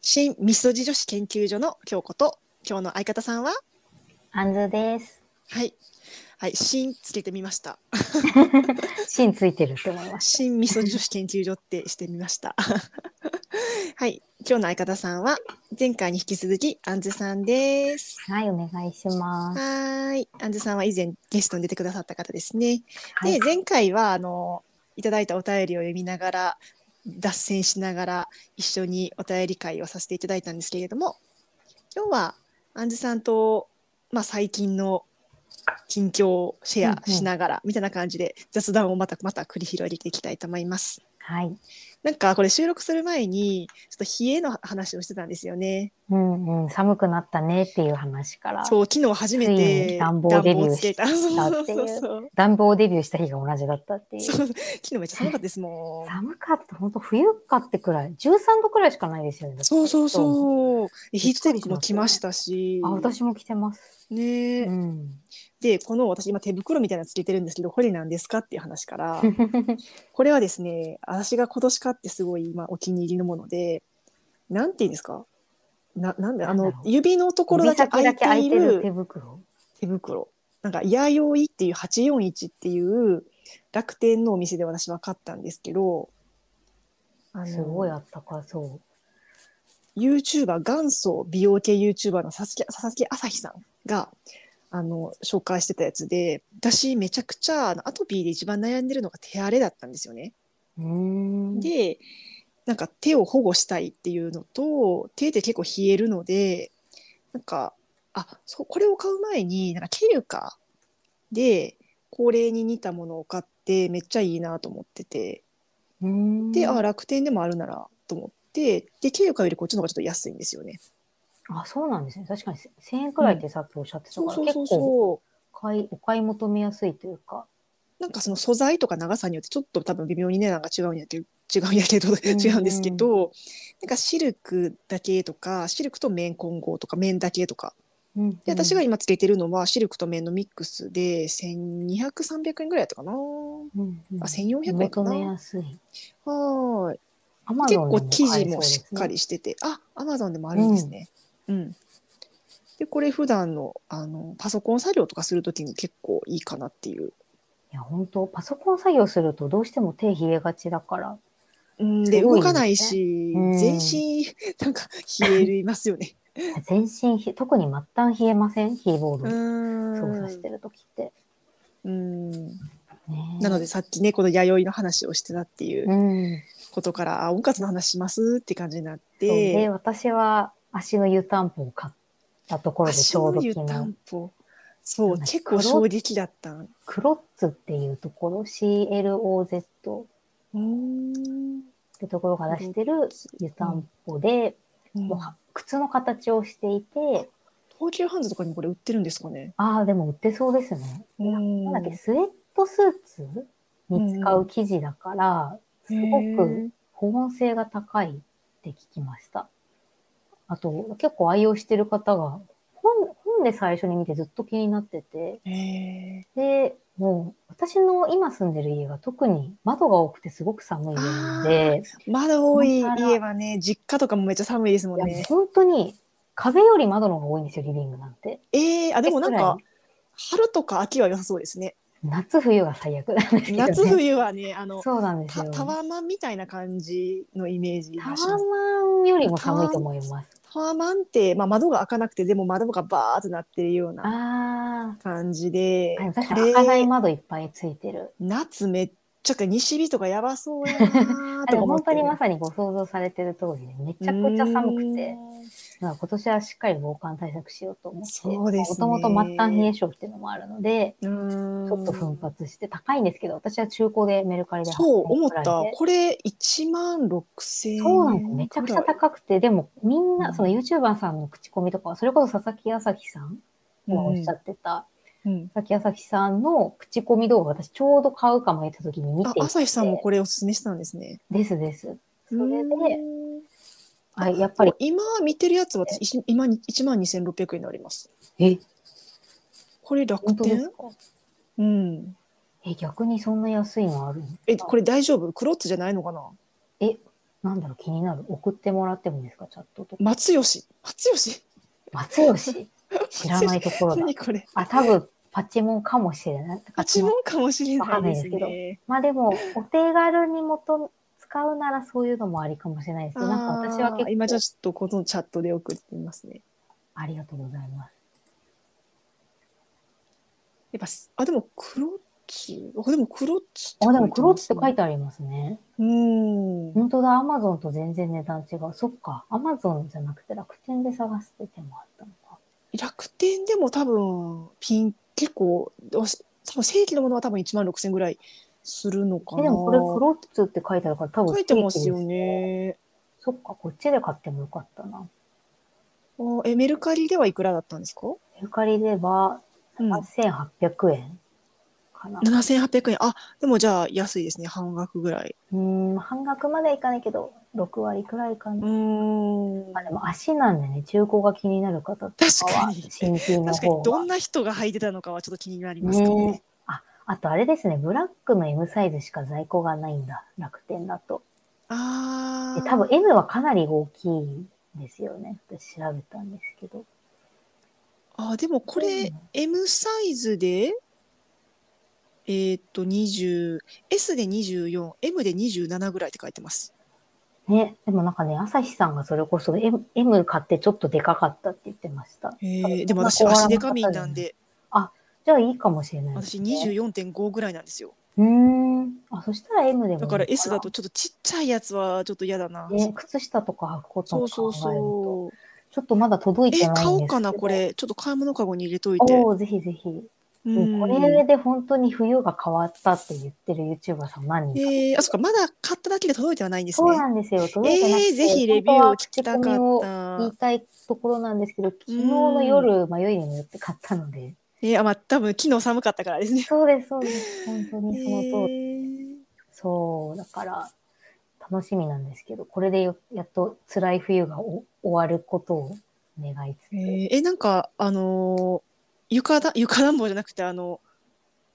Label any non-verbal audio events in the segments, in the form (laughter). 新ミスドジ女子研究所の京子と今日の相方さんはアンズです。はいはい新つけてみました芯ついてるって思います。新ミスドジ女子研究所ってしてみました (laughs) はい今日の相方さんは前回に引き続きアンズさんですはい、お願いしはます。ーいアンズさんは以前ゲストに出てくださった方ですねはでい、前回はあのいただいたお便りを読みながら脱線しながら一緒にお便り会をさせていただいたんですけれども今日はアンズさんと、まあ、最近の近況をシェアしながら、みたいな感じで雑談をまたまた繰り広げていきたいと思います。はい、なんかこれ収録する前にちょっと冷えの話をしてたんですよね。うんうん、寒くなったねっていう話から。そう昨日初めついてに暖房デビューつけた。したっていうそうそうそう暖房デビューした日が同じだったってい。そうう昨日めっちゃ寒かったですもん。寒かった、本当冬かってくらい、十三度くらいしかないですよね。だってそうそうう。そう。ヒびっくートテりしますックも来ましたし。あ、私も着てます。ねえ、うん。で、この私今手袋みたいなのつけてるんですけど、これなんですかっていう話から、これはですね、私が今年買ってすごい今お気に入りのもので、なんていうんですかな、なんで、あなのんだろ、う指のところだけ指開い先ている手袋。手袋。なんか、弥生っていう841っていう楽天のお店で私は買ったんですけど、あのすごいあったかそう。ユーチューバー元祖美容系ユーチューバーの佐々木佐々木朝日さんがあの紹介してたやつで私めちゃくちゃあのアトピーで一番悩んでるのが手荒れだったんですよね。うーん。でなんか手を保護したいっていうのと手って結構冷えるのでなんかあそうこれを買う前になんかケルカで高齢に似たものを買ってめっちゃいいなと思っててうーんであ楽天でもあるならと思ってでケルカよりこっちの方がちょっと安いんですよね。あ、そうなんですね。確かにせ1000円くらいってさっきおっしゃってたそうから、そうそう結構そ買いお買い求めやすいというか、う。なんかその素材とか長さによってちょっと多分微妙にねなんか違うんやけど違うんやけどん違うんですけど、なんかシルクだけとかシルクと綿混合とか綿だけとかで私がい今つけてるのはシルクと綿のミックスで1200300円ぐらいやったかなあ1400円か求なめやすいはーい Amazon 結にも構生地もしっかりしてて、あアマゾンでもあるんですねうん、でこれ普段のあのパソコン作業とかするときに結構いいかなっていう、いや本当パソコン作業するとどうしても手冷えがちだからうん、ですご動いですかねないし、うん全身なんか冷えますよ (laughs) ね。全身ひ特に末端冷えませんキーボード操う作してる時って、んねえなのでさっきねこの弥生の話をしてたっていううんことから、あ温活の話しますって感じになっそうでて私は足の湯たんぽを買ったところでちょうど湯昨た日んぽそうなんか結構衝撃だったんクロッツっていうところ CLOZ うんってところが出してる湯たんぽで、もうは靴の形をしていて、東急ハンズとかにもこれ売ってるんですかねああ、でも売ってそうですね。うんなんだっけ、スウェットスーツに使う生地だから、すごく保温性が高いって聞きました。あと、結構愛用してる方が、本本で最初に見てずっと気になってて、へえで、もう私の今住んでる家が特に窓が多くてすごく寒い家なので、窓多いだから家はね実家とかもめっちゃ寒いですもんいやね。本当に壁より窓の方が多いんですよ、リビングなんて。えー、あでもなんくらいか春とか秋は良さそう (laughs) ですね。夏冬が最悪なんですけど、ね。夏冬はね、あの、そうなんですたよ。タワマンみたいな感じのイメージタワがします。マンよりも寒いと思います。タワマンって、まあ、窓が開かなくて、でも窓がバーっとなってるようなあ感じであ、、確こかに開かないれ、窓いっぱいついてる。夏めっちゃか、西日とかやばそうやなーあとれか思本って当るにまさにご想像されてる通りで、めちゃくちゃ寒くて、。まあ今年はしっかり防寒対策しようと思って、そうですねもともと末端冷え性っていうのもあるので、うーんちょっと奮発して、高いんですけど、私は中古でメルカリでそう、 8,000思円っくらいでた。これ、1万6千円。そうなんです。めちゃくちゃ高くて、でもみんうんな、その YouTuber さんの口コミとかは、それこそ佐々木朝日さんもおっしゃってた、うんさっき朝日さんの口コミ動画、私ちょうど買うか迷った時に見てあい、て朝日さんもこれおすすめしてたんですね。ですです。それでうーんあやっぱり、今見てるやつは私い今に1万2600円になります。え、これ楽本当です天かうん。え、逆にそんな安いのあるのえ、これ大丈夫クロッツじゃないのかなえ、なんだろう、気になる。送ってもらってもいいですか、チャットとか。松吉松吉松吉知らないと (laughs) ころだ。何これあ、多分、パチモンかもしれない。パチモンかもしれわなかいんないでですすけどね。まあでも、お手軽に元使うならそういうのもありかもしれないですけど、なんか私はあ結ー今じゃあ構、ちょっとこのチャットで送ってみますね。ありがとうございます。やっぱすあでもクロッツあでもクロッツあ、でもクロッツって書ていてありますね。ますねうん本当だ、アマゾンと全然値段違う。そっか、アマゾンじゃなくて楽天で探すって手もあったのか。楽天でも多分ピン結構おし多分正規のものは多分1万6000ぐらいするのかえなでもこれクロッツって書いてあるから多分書いてますよ。ねそっか、こっちで買ってもよかったな。あえメルカリではいくらだったんですか、メルカリではうん、 1800円かな。 7800円あでもじゃあ安いですね半額ぐらいうーん、半額までいかないけど、6割くらいかうな。ーんまあでも足なんでね、中古が気になる方とか確かはに新品の確かに方どがん。な人が履いてたのかはちょっと気になりますからねねあ、あとあれですね、ブラックの M サイズしか在庫がないんだ、楽天だと。ああで多分 M はかなり大きいんですよね。私調べたんですけど。あでもこうれん M サイズでえーっと 20S で 24M で27ぐらいって書いてますね、でもなんかね、朝日さんがそれこそ M, M 買ってちょっとでかかったって言ってました。え多分でも私そんな小柄足なでかみなんでじゃあいいかもしれないです私ね、 24.5ぐらいなんですようーん。あ、そしたら M でもいいのだかからな S だとちょっとちっちゃいやつはちょっと嫌だなね、靴下とか履くことそうそうを考えるとそうちょっとまだ届えいてないんですけ買ど。おうかなこ。れちょっと買い物かごに入れといておおぜひぜひ。うもんうこれで本当に冬が変わったって言ってる YouTuber さん何人か。えーあそっかまだ買っただけで届いてはないんですそうねなんですよ。届いてなくてえー、ぜひレビューを聞きた本当かは口コミをった言いたいところなんですけど、昨日の夜、迷いにもよって買った (laughs) ので。えー、あまあ多分昨日寒かったからですね。そうです、そうです。本当にその通り。えーそう、だから、楽しみなんですけど、これでよやっと辛い冬がお終わることを願いつつ。えーえなんかあのー床だ床暖房じゃなくてあの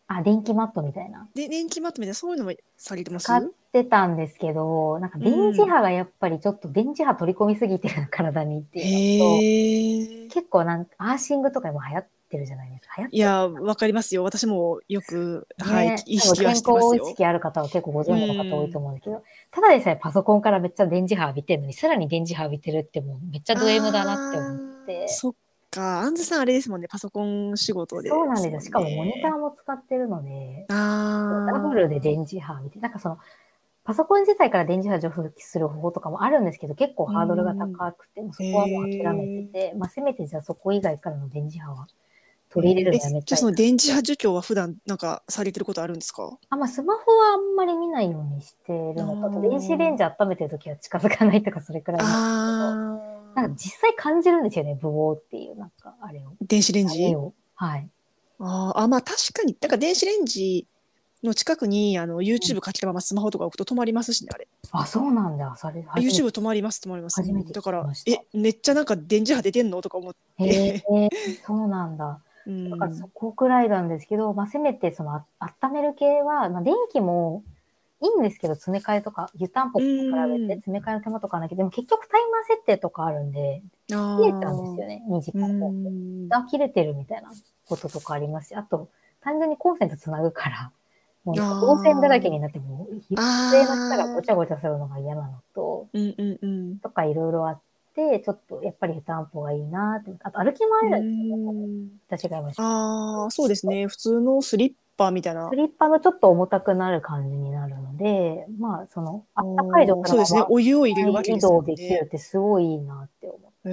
あ、電気マットみたいな。で年金まとめでそういうのもされてます使ってたんですけど、なんか電磁波がやっぱりちょっと電磁波取り込みすぎてる体にっていうのと、え結構なんかアーシングとかも流行ってるじゃないですか。流行っていやわかりますよ私もよく、はいね意識はして多ま分す健康意よ。識ある方は結構ご存知の方多いと思うんですけど、ただでさえパソコンからめっちゃ電磁波浴びてるのに、さらに電磁波浴びてるってもうめっちゃド M だなって思ってあー。そっかアンズさんあれですもんねパソコン仕事で、そうなんですよ。しかもモニターーも使ってるので、あダーブルで電磁波みたいな、なんかその、パソコン自体から電磁波除去する方法とかもあるんですけど、結構ハードルが高くて、もうそこはもう諦めてて、まあせめてじゃあそこ以外からの電磁波は取り入れるのやめえじゃたあいそ。の電磁波除去は普段なんかされてることあるんですかあ、まあスマホはあんまり見ないようにしてるのと、あと電子レンジ温めてるときは近づかないとかそれくらいなあんですけど。あなんか実際感じるんですよね、ブオーっていう、なんかあれを。電子レンあジれを。はい。あーあまあ確かにだから電子レンジの近くにあの YouTube 書きたままスマホとか置くと止まりますしねあれあ、そうなんだ。それあ YouTube 止まります止まります初めて聞きだからましたえめっちゃなんか電磁波出てんのとか思って、へえ、そうなんだ。うん、だからそこくらいなんですけど、まあ、せめてそのあ温める系は、まあ、電気もいいんですけど、詰め替えとか、湯たんぽと比べうんて詰め替えの手間とかはないけど、でも結局タイマー設定とかあるんで、あ切れちゃうんですねよね、2時う間後。んあ、切れてるみたいなこととかありますし、あと、単純にコンセントつなぐ (laughs) から、もうあーコンセントだらけになっても、机あの下がごちゃごちゃするのが嫌なのと、うんうんうんとかいろいろあって、ちょっとやっぱり湯たんぽがいいなって、あと歩き回うれるんですよね、ん私がいました。ああそうですね普通のスリッパみたいなスリッパのちょっと重たくなる感じになるので、まあ、その、あったかい状態そうですねお湯を入れるわけ移ですも動んでねきるってすごいいいなって思へ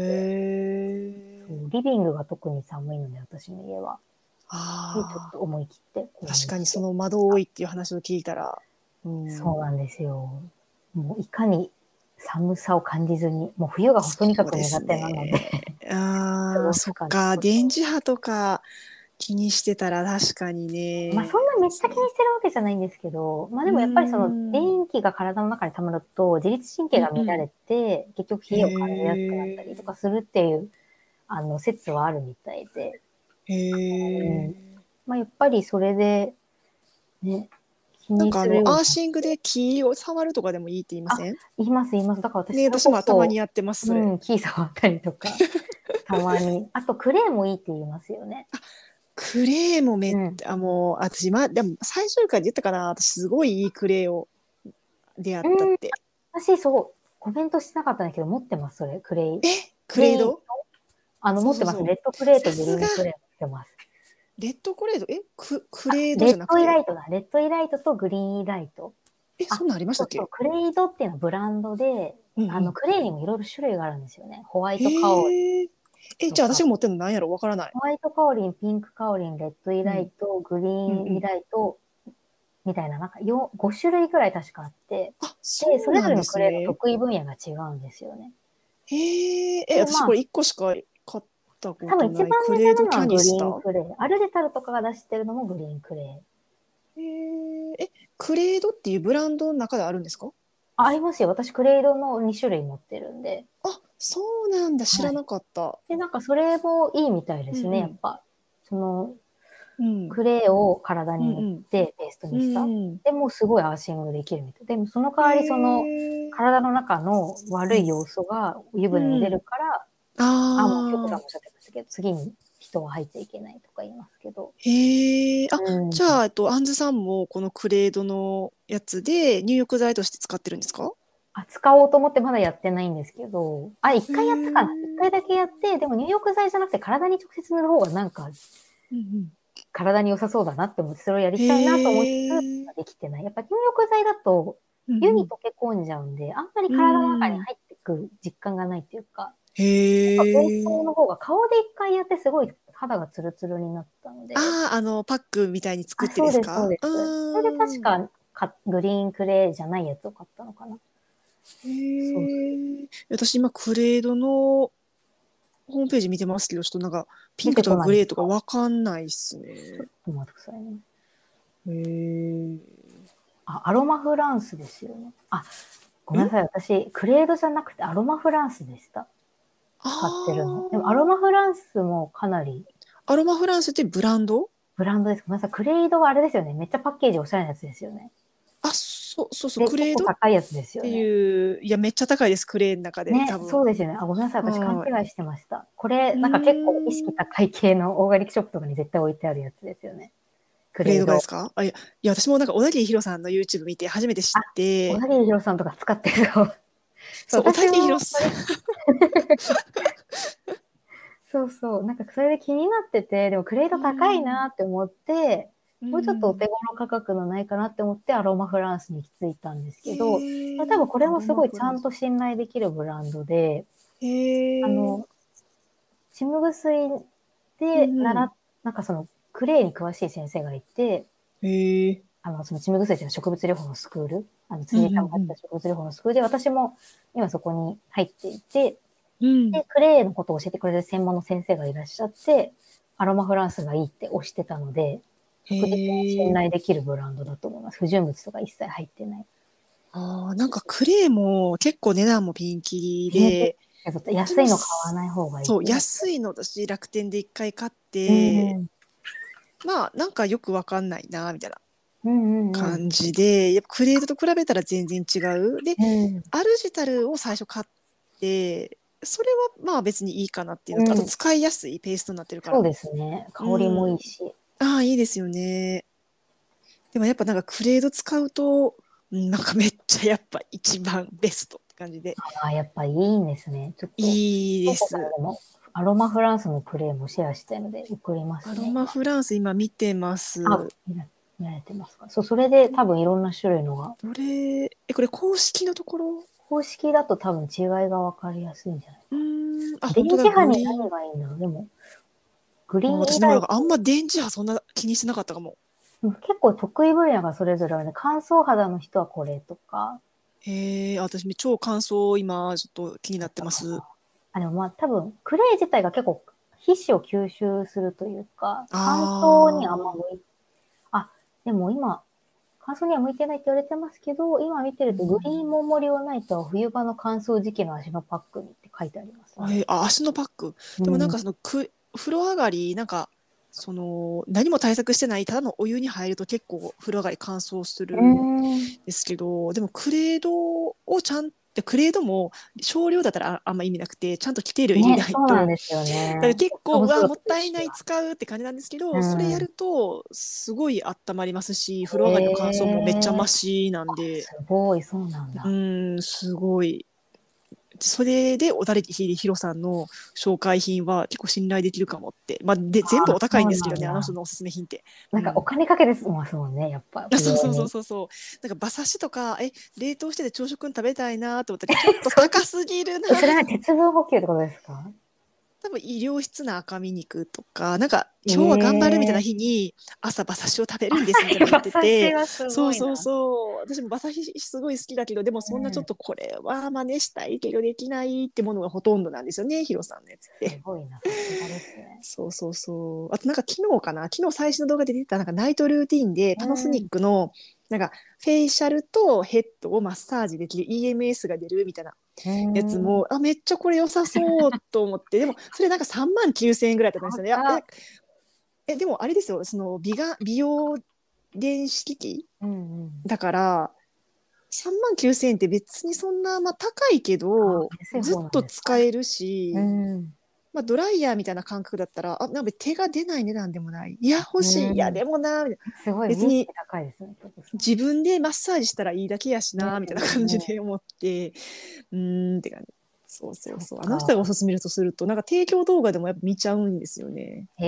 えう。リビングが特に寒いので、私の家は。でちょあっと思い切ってこう。確かにその窓多いっていう話を聞いたら、うんそうなんですよ。もういかに寒さを感じずに、もう冬がとにかく苦手なので、ああそっか電磁波とか気にしてたら確かにねまあそんなめっちゃ気にしてるわけじゃないんですけど、まあでもやっぱりそうんの電気が体の中に溜まると自律神経が乱れて、結局冷えを感じやすくなったりとかするっていう、あの説はあるみたいで、へえまあやっぱりそれで、ね、気なんにかあするようのなアーシングで木を触るとかでもいいって言いません言います言います。だから私ねそれこ私そも頭にやってますそれ、うん、キー触った (laughs) りとか、たまに。あと、クレーもいいって言いますよね。クレーもめっ、うんあもう私までも最終回で言ったかな私すごいいいクレーを出会ったって、私、そう、コメントしてなかったんだけど、持ってます、それ、クレイ。えクレードあの、そ持うっそてうまそうす。レッドクレーとさブすルがークレー持ってます。レッドクレードえククレレードじゃッなくドイラてイトだ。レッドイライトとグリーンイライト。えそんなんありましたそうっけそうクレイドっていうのはブランドで、うんうんあの、クレイにもいろいろ種類があるんですよね。ホワイトへカオリン。ーえじゃあ私が持ってるのなんやろわからないホワイトカオリン、ピンクカオリン、レッドイライト、グリーンイライト、みたいな、なんかよ5種類くらい確かあって、あそで、うそれぞなれんのですクレーねの得意分野が違うんですよね。へーえで私まあこれ1個しか買ったこと多な分い一番クメジレャードーキャなのはグリニスターンークレー。アルデタルとかが出してるのもグリーンクレー。へーえクレードっていうブランドの中であるんですかあありますよ。私クレードの2種類持ってるんで。あそうなんだ知らなかった、で、なんかそれもいいみたいですうね、んうんやっぱ。そのうんクレーを体に塗ってペーストにした。うんでもうすごいアーシングできるみたい。でもその代わりそへのー体の中の悪い要素が湯船に出るから、あ、もう、京子さんあもおっしゃってましたけど、次に人は入っちゃいけないとか言いますけど。ーへえあうんじゃあ、えっと、アンズさんもこのクレードのやつで入浴剤として使ってるんですかあ使おうと思ってまだやってないんですけど、あ、一回やったかな。うん一回だけやって、でも入浴剤じゃなくて体に直接塗る方がなんか体に良さそうだなって思って、それをやりたいなと思いつつ、できてない。やっぱ入浴剤だと湯に溶け込んじゃうんで、あんまり体の中に入ってく実感がないっていうか、へやっぱえ本当の方が顔で一回やってすごい肌がツルツルになったので。あああのパックみたいに作ってですかあそうです、そうです。それで確あーかかグリーンクレーじゃないやつを買ったのかな。へー私今クレードのホームページ見てますけどちょっとなんかピンクとかグレーとかわかんないっすねトマト臭いね。へえあ、アロマフランスですよね。あ、ごめんなさい。私、クレードじゃなくてアロマフランスでした。買ってるの。でもアロマフランスもかなりアロマフランスってブランドブランドです。ごめんなさい。クレードはあれですよね。めっちゃパッケージおしゃれなやつですよね。あそうそうそうでクレード結構っ高いやつですよてね。いう、いやめっちゃ高いですクレーの中で、ね多、分そうですよね。あ、ごめんなさい。私勘違いしてました。これ、なんか結構意識高い系のオーガニックショップとかに絶対置いてあるやつですよね。ククレレードーがドで。すかあいやいや私もなんか小田切ヒロさんの YouTube 見て初めて知って小田切ヒロさんとか使ってるよ。そう小田切ヒロさんそうそう。なんかそれで気になってて、でもクレード高いなって思って、もうちょっとお手頃価格のないかなって思ってアロマフランスに行き着いたんですけど、まあ多分これもすごいちゃんとと信頼できるブランドで、へーあの、チム薬うでんうん習っ、なんかそのクレイに詳しい先生がいて、へえあの、そのチム薬っていうのは植物療法のスクール、あの、辻井さんが入った植物療法のスクールで、私も今そこに入っていて、うんで、クレイのことを教えてくれる専門の先生がいらっしゃって、アロマフランスがいいって推してたので、確実に信頼できるブランドだと思います。不純物とか一切入ってない。あーなんかクレーも結構値段もピンキリねで、やっぱ安いの買わない方がいい。そう安いの私楽天で一回買っうんて、まあなんかよくわかんないなみたいうんうんうんな感じで、やっぱクレードと比べたら全然違うでうんアルジタルを最初買ってそれはまあ別にいいかなっていうのと、うんあと使いやすいペーストになってるからそうですね。香りもいいし。ああいいですよねでもやっぱなんかクレード使うとうんなんかめっちゃやっぱ一番ベストって感じでああ、やっぱいいんですね。ちょっと。いいどでこすからでもアロマフランスのクレーもシェアしたいので送りますアね。ロマフランス今見てますあ見ら見られてますか。そう、それで多分いろんな種類のが、どれえこれ公式のところ公式だと多分違いがわかりやすいんじゃないうーんあ電本当だ磁波グにリーン何がいいんだろうでも、グリあーン私以でもなん外かあんま電磁波そんな気にしてなかったかも結構得意分野がそれぞれあるね。乾燥肌の人はこれとか。へえ私超乾燥今ちょっと気になってますあ、でもまあ多分、クレイ自体が結構皮脂を吸収するというか、乾あー燥にあんま向いあ、でも今、乾燥には向いてないって言われてますけど、今見てるとグリーンモンモリオナイトは冬場の乾燥時期の足のパックにって書いてあります、あえあ足のパックでもなんかそのく風呂上がりなんかその何も対策してないただのお湯に入ると結構風呂上がり乾燥するんえですけどでもクレードをちゃんとクレードも少量だったらああんま意味なくてちゃんと規定量入れね、ないそうとなんですよねだから。結構そううそうわもったいない使うって感じなんですけど、うんそれやるとすごい温まりますし風呂上がりの乾燥もめっちゃマシなんで、すごい、そうなんだ。うんすごいそれでおだれひひろさんの紹介品は結構信頼できるかもって、まあ、で全部お高いんですけどねああの人そうなんだのおすすめ品って。なんかお金かけですますもんね、やっぱ。あそうそうそうそうそうなんか馬刺しとかえ冷凍してて朝食に食べたいなと思ったらちょっと高すぎるな (laughs) それは鉄分補給ってことで (laughs) すか多分医療室の赤身肉とかなんか今日は頑張るみたいな日に朝馬刺しを食べるんですみたいなの言 (laughs) ってて。そうそうそう私も馬刺しすごい好きだけどでもそんなちょっとこれは真似したいけどできないってものがほとんどなんですよねヒロさんのやつっすて。ごいな、さすがですね。そうそうそうあとなんか昨日かな昨日最新の動画で出てたなんかナイトルーティンでパナソニックのなんかフェイシャルとヘッドをマッサージできる EMS が出るみたいなやつも、あめっちゃこれ良さそうと思ってでもそれなんか3万9,000円ぐらいだったんですよね。い高やっええでもあれですよその美が美容電子機器うんうん、だから3万9,000円って別にそんな、まあ、高いけどあ安いず方なっんとです使えるし、うん、まあ、ドライヤーみたいな感覚だったらあなんか手が出ない値段でもないいや欲しい、うんいやでもなみたいなすごい、別にリスク高いですね。自分でマッサージしたらいいだけやしな、うんみたいな感じで思ってうーんって感じそうそうそそううかあの人がおすすめるとするとなんか提供動画でもやっぱ見ちゃうんですよねへ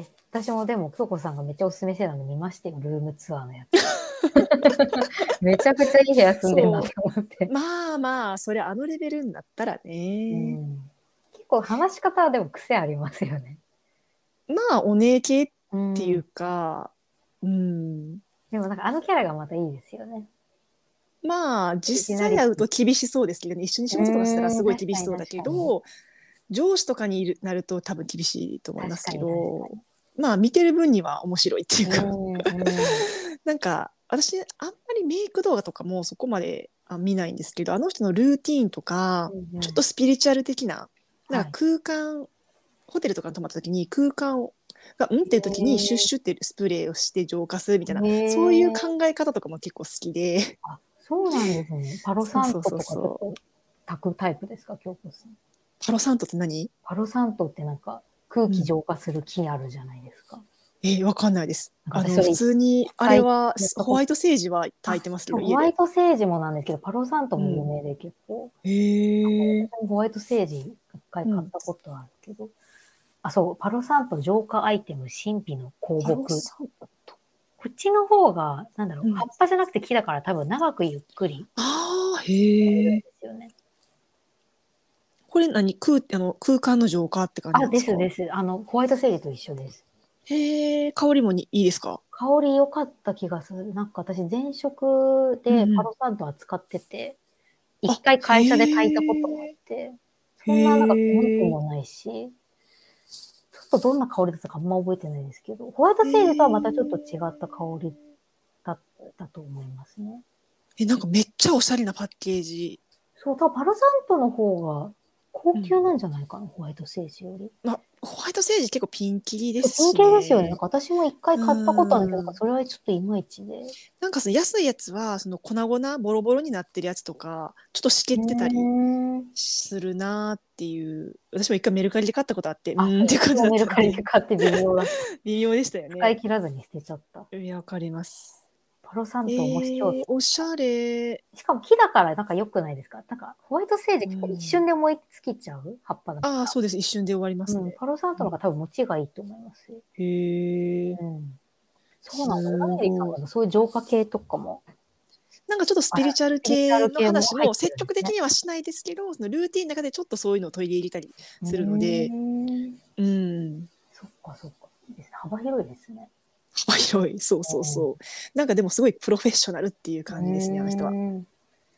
え私もでも、京子さんがめっちゃおすすめしてたの見ましたよ、ルームツアーのやつ。 (laughs) めちゃくちゃいい部屋住んでるなと思って。まあまあそれあのレベルになったらうね、ん結構話し方はでも癖ありますよね。まあお姉系っっていう。かうん、でもなんかあのキャラがまたいいですよね。まあ実際会うと厳しそうですけどね一緒に仕事とかしたらすごい厳しそうだけうど上司とかにいるなると多分厳しいと思いますけど確かにまあ見てる分には面白いっていうか、うんうん (laughs) なんか私あんまりメイク動画とかもそこまであ見ないんですけどあの人のルーティーンとかうんちょっとスピリチュアル的ななんはかい空間、ホテルとかに泊まった時に空間をがうんっていう時へにーシュッシュってスプレーをして浄化するみたいなへーそういう考え方とかも結構好きで。 (laughs) あそうなんですね。パロサントとそうかそうちそうょっと炊くタイプですか、京子さん。パロサントって何パロサントってなんか空気浄化する木あるじゃないですか。えー、わかんないです。あの私それ普通にあれははいホワイトセージは炊いてますけどホワ家イトセージもなんですけど、パロサントも有名で結構。で。へえ。ホワイトセージ一回買ったことあるけど。あ、そう、パロサント浄化アイテム神秘の香パロ木。サント。こっちの方が、なんだろうう、ん葉っぱじゃなくて木だから多分長くゆっくりああいるへんえ。ですよね。これ何空あの空間の浄化って感じなあ、んでですか。すです。あの、ホワイトセージと一緒です。へえ香りもにいいですか。香り良かった気がする。なんか私、前職でパロサントは使ってて、ん一、回会社で炊いたこともあって、そんななんか文句もないし、ちょっとどんな香りだったかあんま覚えてないですけど、ホワイトセージとはまたちょっと違った香りだったと思いますね。えなんかめっちゃおしゃれなパッケージ。そう、多分パロサントの方が高級なんじゃないかな、ホワイトセージより。まあホワイトセージ結構ピンキリですし、ね。神経ですよね。なんか私も一回買ったことあるけうど、なんんかそれはちょっといまいちで。なんかその安いやつはその粉々ボロボロになってるやつとかちょっとしけってたり。うーんするなーっていう私も一回メルカリで買ったことあってうあ、ーんって感じだメルったカんリでで買って微妙だ。微妙でしたよ (laughs) 使いね。切らずに捨てちゃった。いやわかります。パロサンえトもし今日、ー、おしゃれ。しかも木だからなんか良くないですかなんかホワイトセージ結構一瞬で燃え尽きちゃう葉っぱだからああそうです一瞬で終わりますうん、ね。パロサントの方が多分持ちがいいと思いますよ。へえ。うん、そうなんだ。すラごいメリさんはそういう浄化系とかも。なんかちょっとスピリチュアル系あらスのピリチュアル系も話入ってるんですねも積極的にはしないですけど、そのルーティンの中でちょっとそういうのを取り入れたり、するのでうーんうん、そっかそっか。いいですね幅広いですね。幅広い、そうそうそう。なんかでもすごいプロフェッショナルっていう感じですね、あの人はう。ん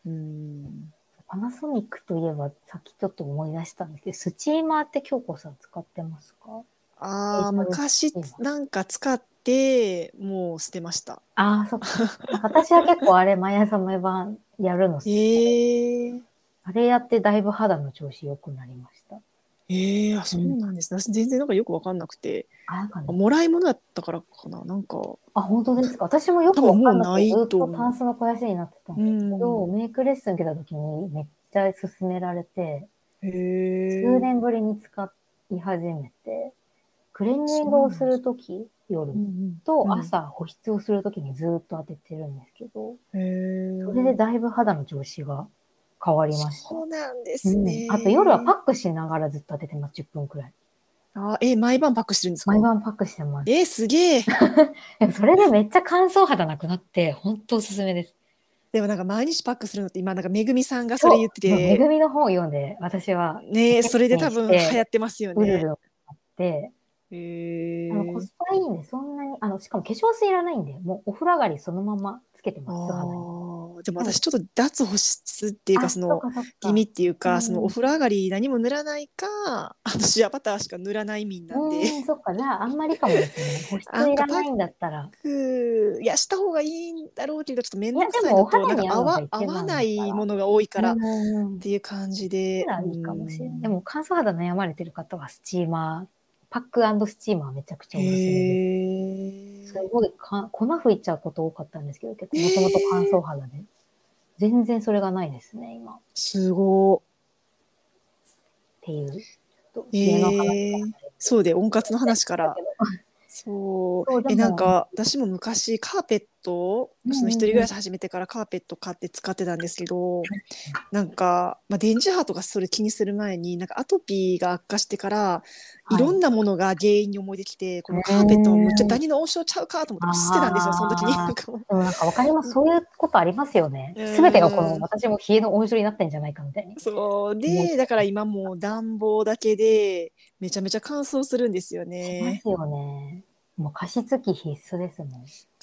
うん。パナソニックといえば、さっきちょっと思い出したんですけど、スチーマーって京子さん使ってますかああ、えー昔なんか使ってもう捨てました。ああ、そっか。私は結構あれ、毎朝毎晩やるの好きええあれやってだいぶ肌の調子良くなりました。ええあ、そうなんですね。私全然なんかよくわかんなくて、あ、なんかねもらい物だったからかな、なんか。あ、本当ですか。私もよくわかんなくて、多分もうないずっとと思うタンスの肥やしになってたんうですんけ。ど、メイクレッスン受けた時にめっちゃ勧められて、へ数え。年ぶりに使い始めて、クレンジングをするとき、夜うんとうん朝保湿をするときにずっと当ててるんですけど、うんへえ。それでだいぶ肌の調子が変わりました。そうなんですねうん。あと夜はパックしながらずっと当ててます、10分くらい。あ、え、毎晩パックしてるんですか毎晩パックしてます。え、すげえ。でもそれでめっちゃ乾燥肌なくなって、本当おすすめです。でもなんか毎日パックするのって今なんかめぐみさんがそれ言ってそうめて、ぐみの本を読んで、私はね、それで多分流して行ってますようるね。るを買って、へえあ。のコスパいいんで、そんなに、あの、しかも化粧水いらないんで、もうお風呂上がりそのままつけてあます、肌に。あ、でも私ちょっと脱保湿っていうかそのあ、そっかそっか気味っていううか、んそのお風呂上がり何も塗らないか、あのシアバターしか塗らないみんなんで、うん、そっか、じゃあ、あんまりかもですね。保湿いらないんだったら。くいやした方がいいんだろうけど、ちょっと面いや倒くさいでものお肌と、なんかに合合うのがわ合一番だからわないものが多いからっうんうんうんていう感じで、ならいいかもしれうない。んでも乾燥肌悩まれてる方はスチーマー、パックスチーマーめちゃくちゃおすすめです。へえす。ごいか粉吹いちゃうこと多かったんですけど、結構もともと乾燥肌で。全然それがないですね、今。っすごていう。ちょっとい。家の話へえそうで温活の話から。そうそうでもえなんか私も昔カーペットをうんうんうんその一人暮らし始めてからカーペット買って使ってたんですけど、なんか、まあ、電磁波とかそれ気にする前になんかアトピーが悪化してからいろんななものが原因に思い出きて、このカーペットもむっちゃダニの応酬ちゃうかと思って捨てたんですよその時にあーなんかもうでもなんかわかります。そういうことありますよね。うんすべてがこの私も冷えの温床になってんじゃないかみたいに。そうもでだから今もう暖房だけでめちゃめちゃ乾燥するんですよしまね。すよね。もう加湿器必須ですもん。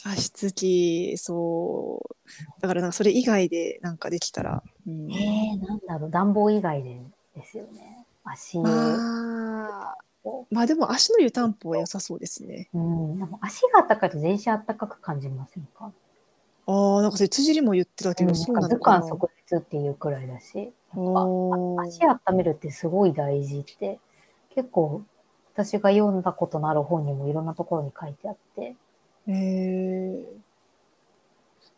加湿器そうだからなんかそれ以外でなんかできたら、うんええなんだろう、暖房以外でですよね。足湯。あーおまあでも足の湯たんぽは良さそうですね。うん、でも足が暖かいと全身暖かく感じませんかああなんかそれ辻りも言ってたけうど、んなんそうなかの図か鑑な。即日っていうくらいだし、あー足温めるってすごい大事って、結構私が読んだことのある本にもいろんなところに書いてあって、へえ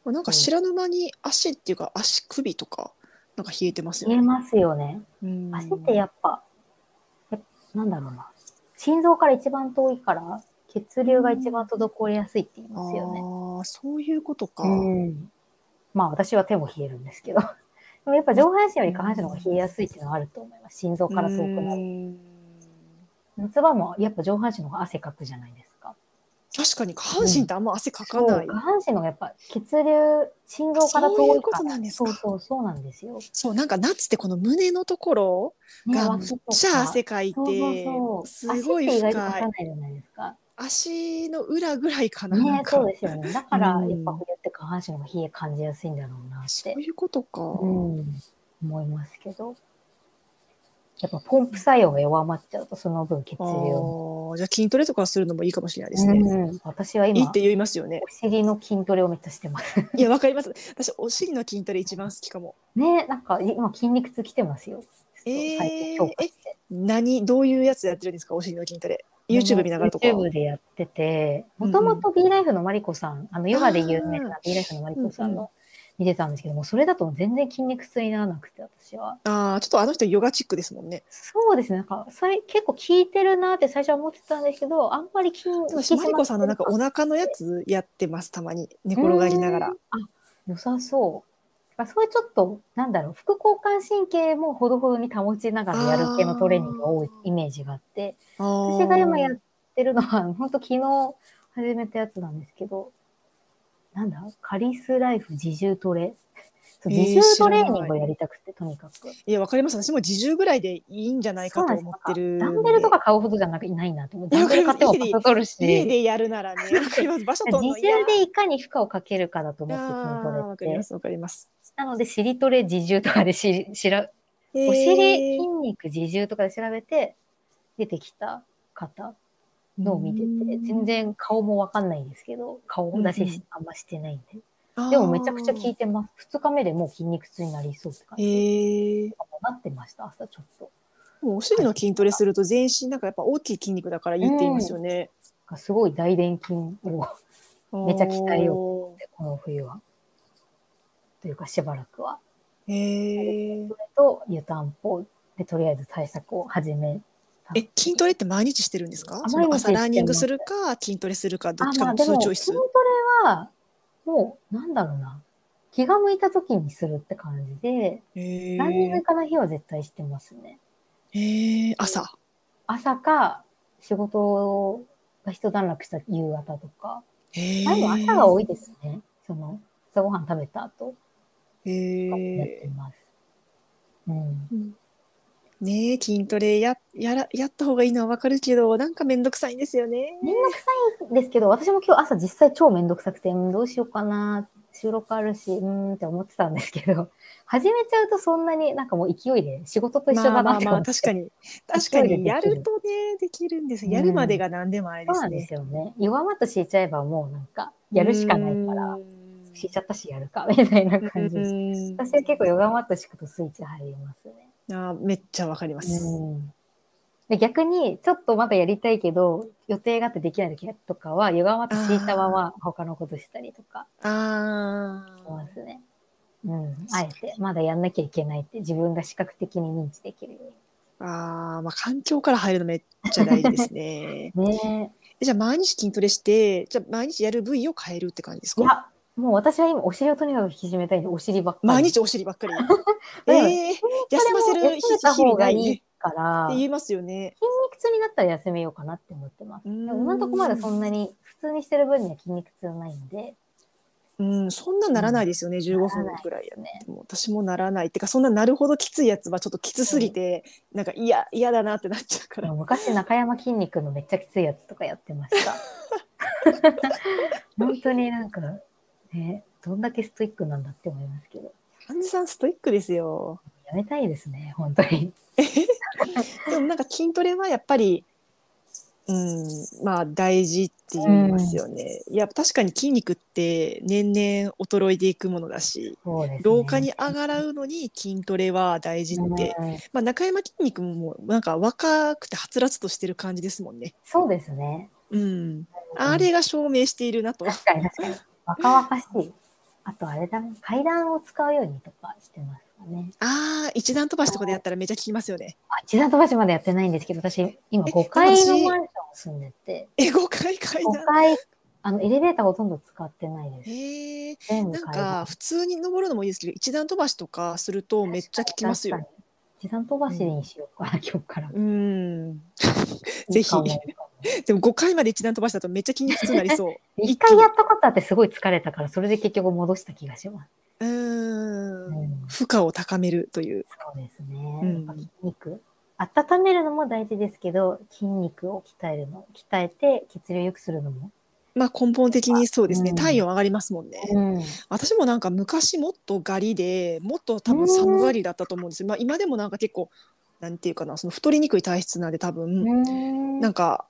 まあなんか知らぬ間に足っていうか足首とかなんか冷えてますよ冷えね。ますよね。うん足ってやっぱ、やっぱなんだろうな。心臓から一番遠いから、血流が一番滞りやすいって言いますよね。ああそういうことか。うん、まあ私は手も冷えるんですけど (laughs) でもやっぱ上半身より下半身の方が冷えやすいっていうのはあると思います心臓から遠くなうるん夏場もやっぱ上半身の方が汗かくじゃないですか確かに下半身ってあんま汗かかない。そう下半身の方がやっぱ血流心臓からそう遠いからいうことなんですかそうそうそうなんですよ、そうなんか夏ってこの胸のところがむっちゃ汗かいてそうそうすそうごい足っ深て意外とかかいないじゃないですか足の裏ぐらいかななねんかそうですよねだからやっうぱん冬って下半身の方が冷え感じやすいんだろうなっそてういうことか、うん、思いますけど。やっぱポンプ作用が弱まっちゃうと、その分血流あを。ーじゃあ筋トレとかするのもいいかもしれないですね、うん私はいい今って、言いますよねお尻の筋トレをめっちゃしてます。いやわかります私お尻の筋トレ一番好きかもね、なんか今筋肉痛きてますよ。えー最近強化して。何どういうやつやってるんですかお尻の筋トレ YouTube 見ながらとか YouTube でやってて、うんうもんともと B ライフのマリコさん、あのヨガで有名な B ライフのマリコさんうんうの見てたんですけども、それだと全然筋肉痛にならなくて、私は。ああちょっとあの人ヨガチックですもんねそうですね。なんか、さい結構効いてるなって最初は思ってたんですけど、あんまり筋肉でもマリコさんのなんかお腹のやつやってますたまに寝転がりながらうん。あ、良さそう。あそういうちょっと、なんだろう、副交感神経もほどほどに保ちながらやる系のトレーニングが多あいーイメージがあって、私私が今やってるのは、 (laughs) 本当昨日始めたやつなんですけど、なんだ、カリスライフ自重トレ。そうえー自重トレーニングをやりたくて、とにかく。いや、わかります。私も自重ぐらいでいいんじゃないかと思ってる。ダンベルとか買うほどじゃなくいないなって思って、いダやンベル買ってもパソコンるし、家自でやるならね、わかります。場所と重でいかに負荷をかけるかだと思って筋トレわっかりてま。す、わかります。なので、尻トレ自重とかでししら、お尻筋肉自重とかで調べて出てきた方のを見てて、全然顔もわかんないんですけど、顔出しうんうしあんましてないんで。然でもめちゃくちゃ効いてます。二日目でもう筋肉痛になりそうって感じへえ。なってました、朝ちょっと。お尻の筋トレすると全身なんかやっぱ大きい筋肉だからいいって言いますよね。すごい大臀筋をめっちゃ鍛えよううって、この冬は。というか、しばらくは。。へえそ。れと、湯たんぽで、とりあえず対策を始めえ、筋トレって毎日してるんですかあ？その毎日して朝ますランニングするか筋トレするかどっちかので通も常筋室ト。レは、もう、なんだろうな。気が向いた時にするって感じで、へランニングえ行。かない日は絶対してますね。へえ。朝。朝か、仕事が一段落した夕方とか。へえ。あでも朝が多いですね。その、朝ごはん食べた後へやってえ。ます。うん。ねえ筋トレややらやった方がいいのはわかるけどなんかめんどくさいんですよね。めんどくさいですけど、私も今日朝実際超めんどくさくて、うんどうしようかな、収録あるし、うーんって思ってたんですけど、始めちゃうとそんなになんかもう勢いで仕事と一緒まだあまなっあてま (laughs) 思あって。確かに確かにやるとねできるんです。やるまでが何でもあれでそうすなんでねす。よね。弱まって知いちゃえばもうなんか、やるしかないからう、ん。知いちゃったしやるか、みたいな感じです。うん私は結構弱まってしくとスイッチ入りますね。あーめっちゃわかります。で逆に、ちょっとまだやりたいけど、予定があってできない時とかは、弱まって敷いたまま他のことしたりとかあしあま、すね。うん。あえて、まだやんなきゃいけないって自分が視覚的に認知できるよあーまあ環境から入るのめっちゃ大事です (laughs)。ねうに。ねえじゃあ毎日筋トレしてじゃあ毎日やる部位を変えるって感じですえ。いか？や、もう私は今お尻をとにかく引き締めたいんで、お尻ばっかり。毎日お尻ばっかり。 (laughs) うんええ休ませそれもる休めた日方々がないいねっいから、て言筋いますよね。肉痛になったら休めようかなって思ってます。うでーんも今のところまだそんなに、普通にしてる分には筋肉痛ないんで、うんそんなならないですよね。15分くらいやならないでね。でも私もならない。てかそんななるほどきついやつはちょっときつすぎて、なんか嫌嫌だなってなっちゃうかでら。も昔、中山筋肉のめっちゃきついやつとかやって (laughs) ました。本当になんか、ね、どんだけストイックなんだって思いますけど、患者さんストイックですよ。やめたいですね、本当に。でもなんか筋トレはやっぱり、うん、まあ大事って言いますよね。いや確かに筋肉って年々衰えていくものだしそうですね。老化にあがらうのに筋トレは大事って、うんまあ、中山筋肉もなんか若くてはつらつとしてる感じですもんね。そうですね。うん、あれが証明しているなと。確かに確かに。若々しい。あとあれだね、階段を使うようにとかしてますかね。ああ一段飛ばしとかでやったらめちゃ効きますよ (laughs) ね。あ、一段飛ばしまでやってないんですけど、私、今え5階の私マンション住んでて、え5回階5段階、あの、エレベーターほとんど使ってないです。へえ全部なん階段か普通に登るのもいいですけど一段飛ばしとかするとめっちゃ効きますよ確。かに。時短飛ばしにしようかな、今日から。うん。 (laughs) ぜひ。 1でも5回まで一段飛ばしたとめっちゃ筋肉痛になりそう。 (laughs) 回やったことあってすごい疲れたから、それで結局戻した気がします。ううーん。ん、負荷を高めるという。そうですうね。んやっぱ筋肉。温めるのも大事ですけど、筋肉を鍛えるの、鍛えて血流を良くするのも。まあ根本的にそうですね。うん体温上がりますもんね。うん。私もなんか昔もっとガリで、もっと多分寒がりだったと思うんですよ。まあ今でもなんか結構、なんていうかな、その太りにくい体質なんで多分、うんなんか、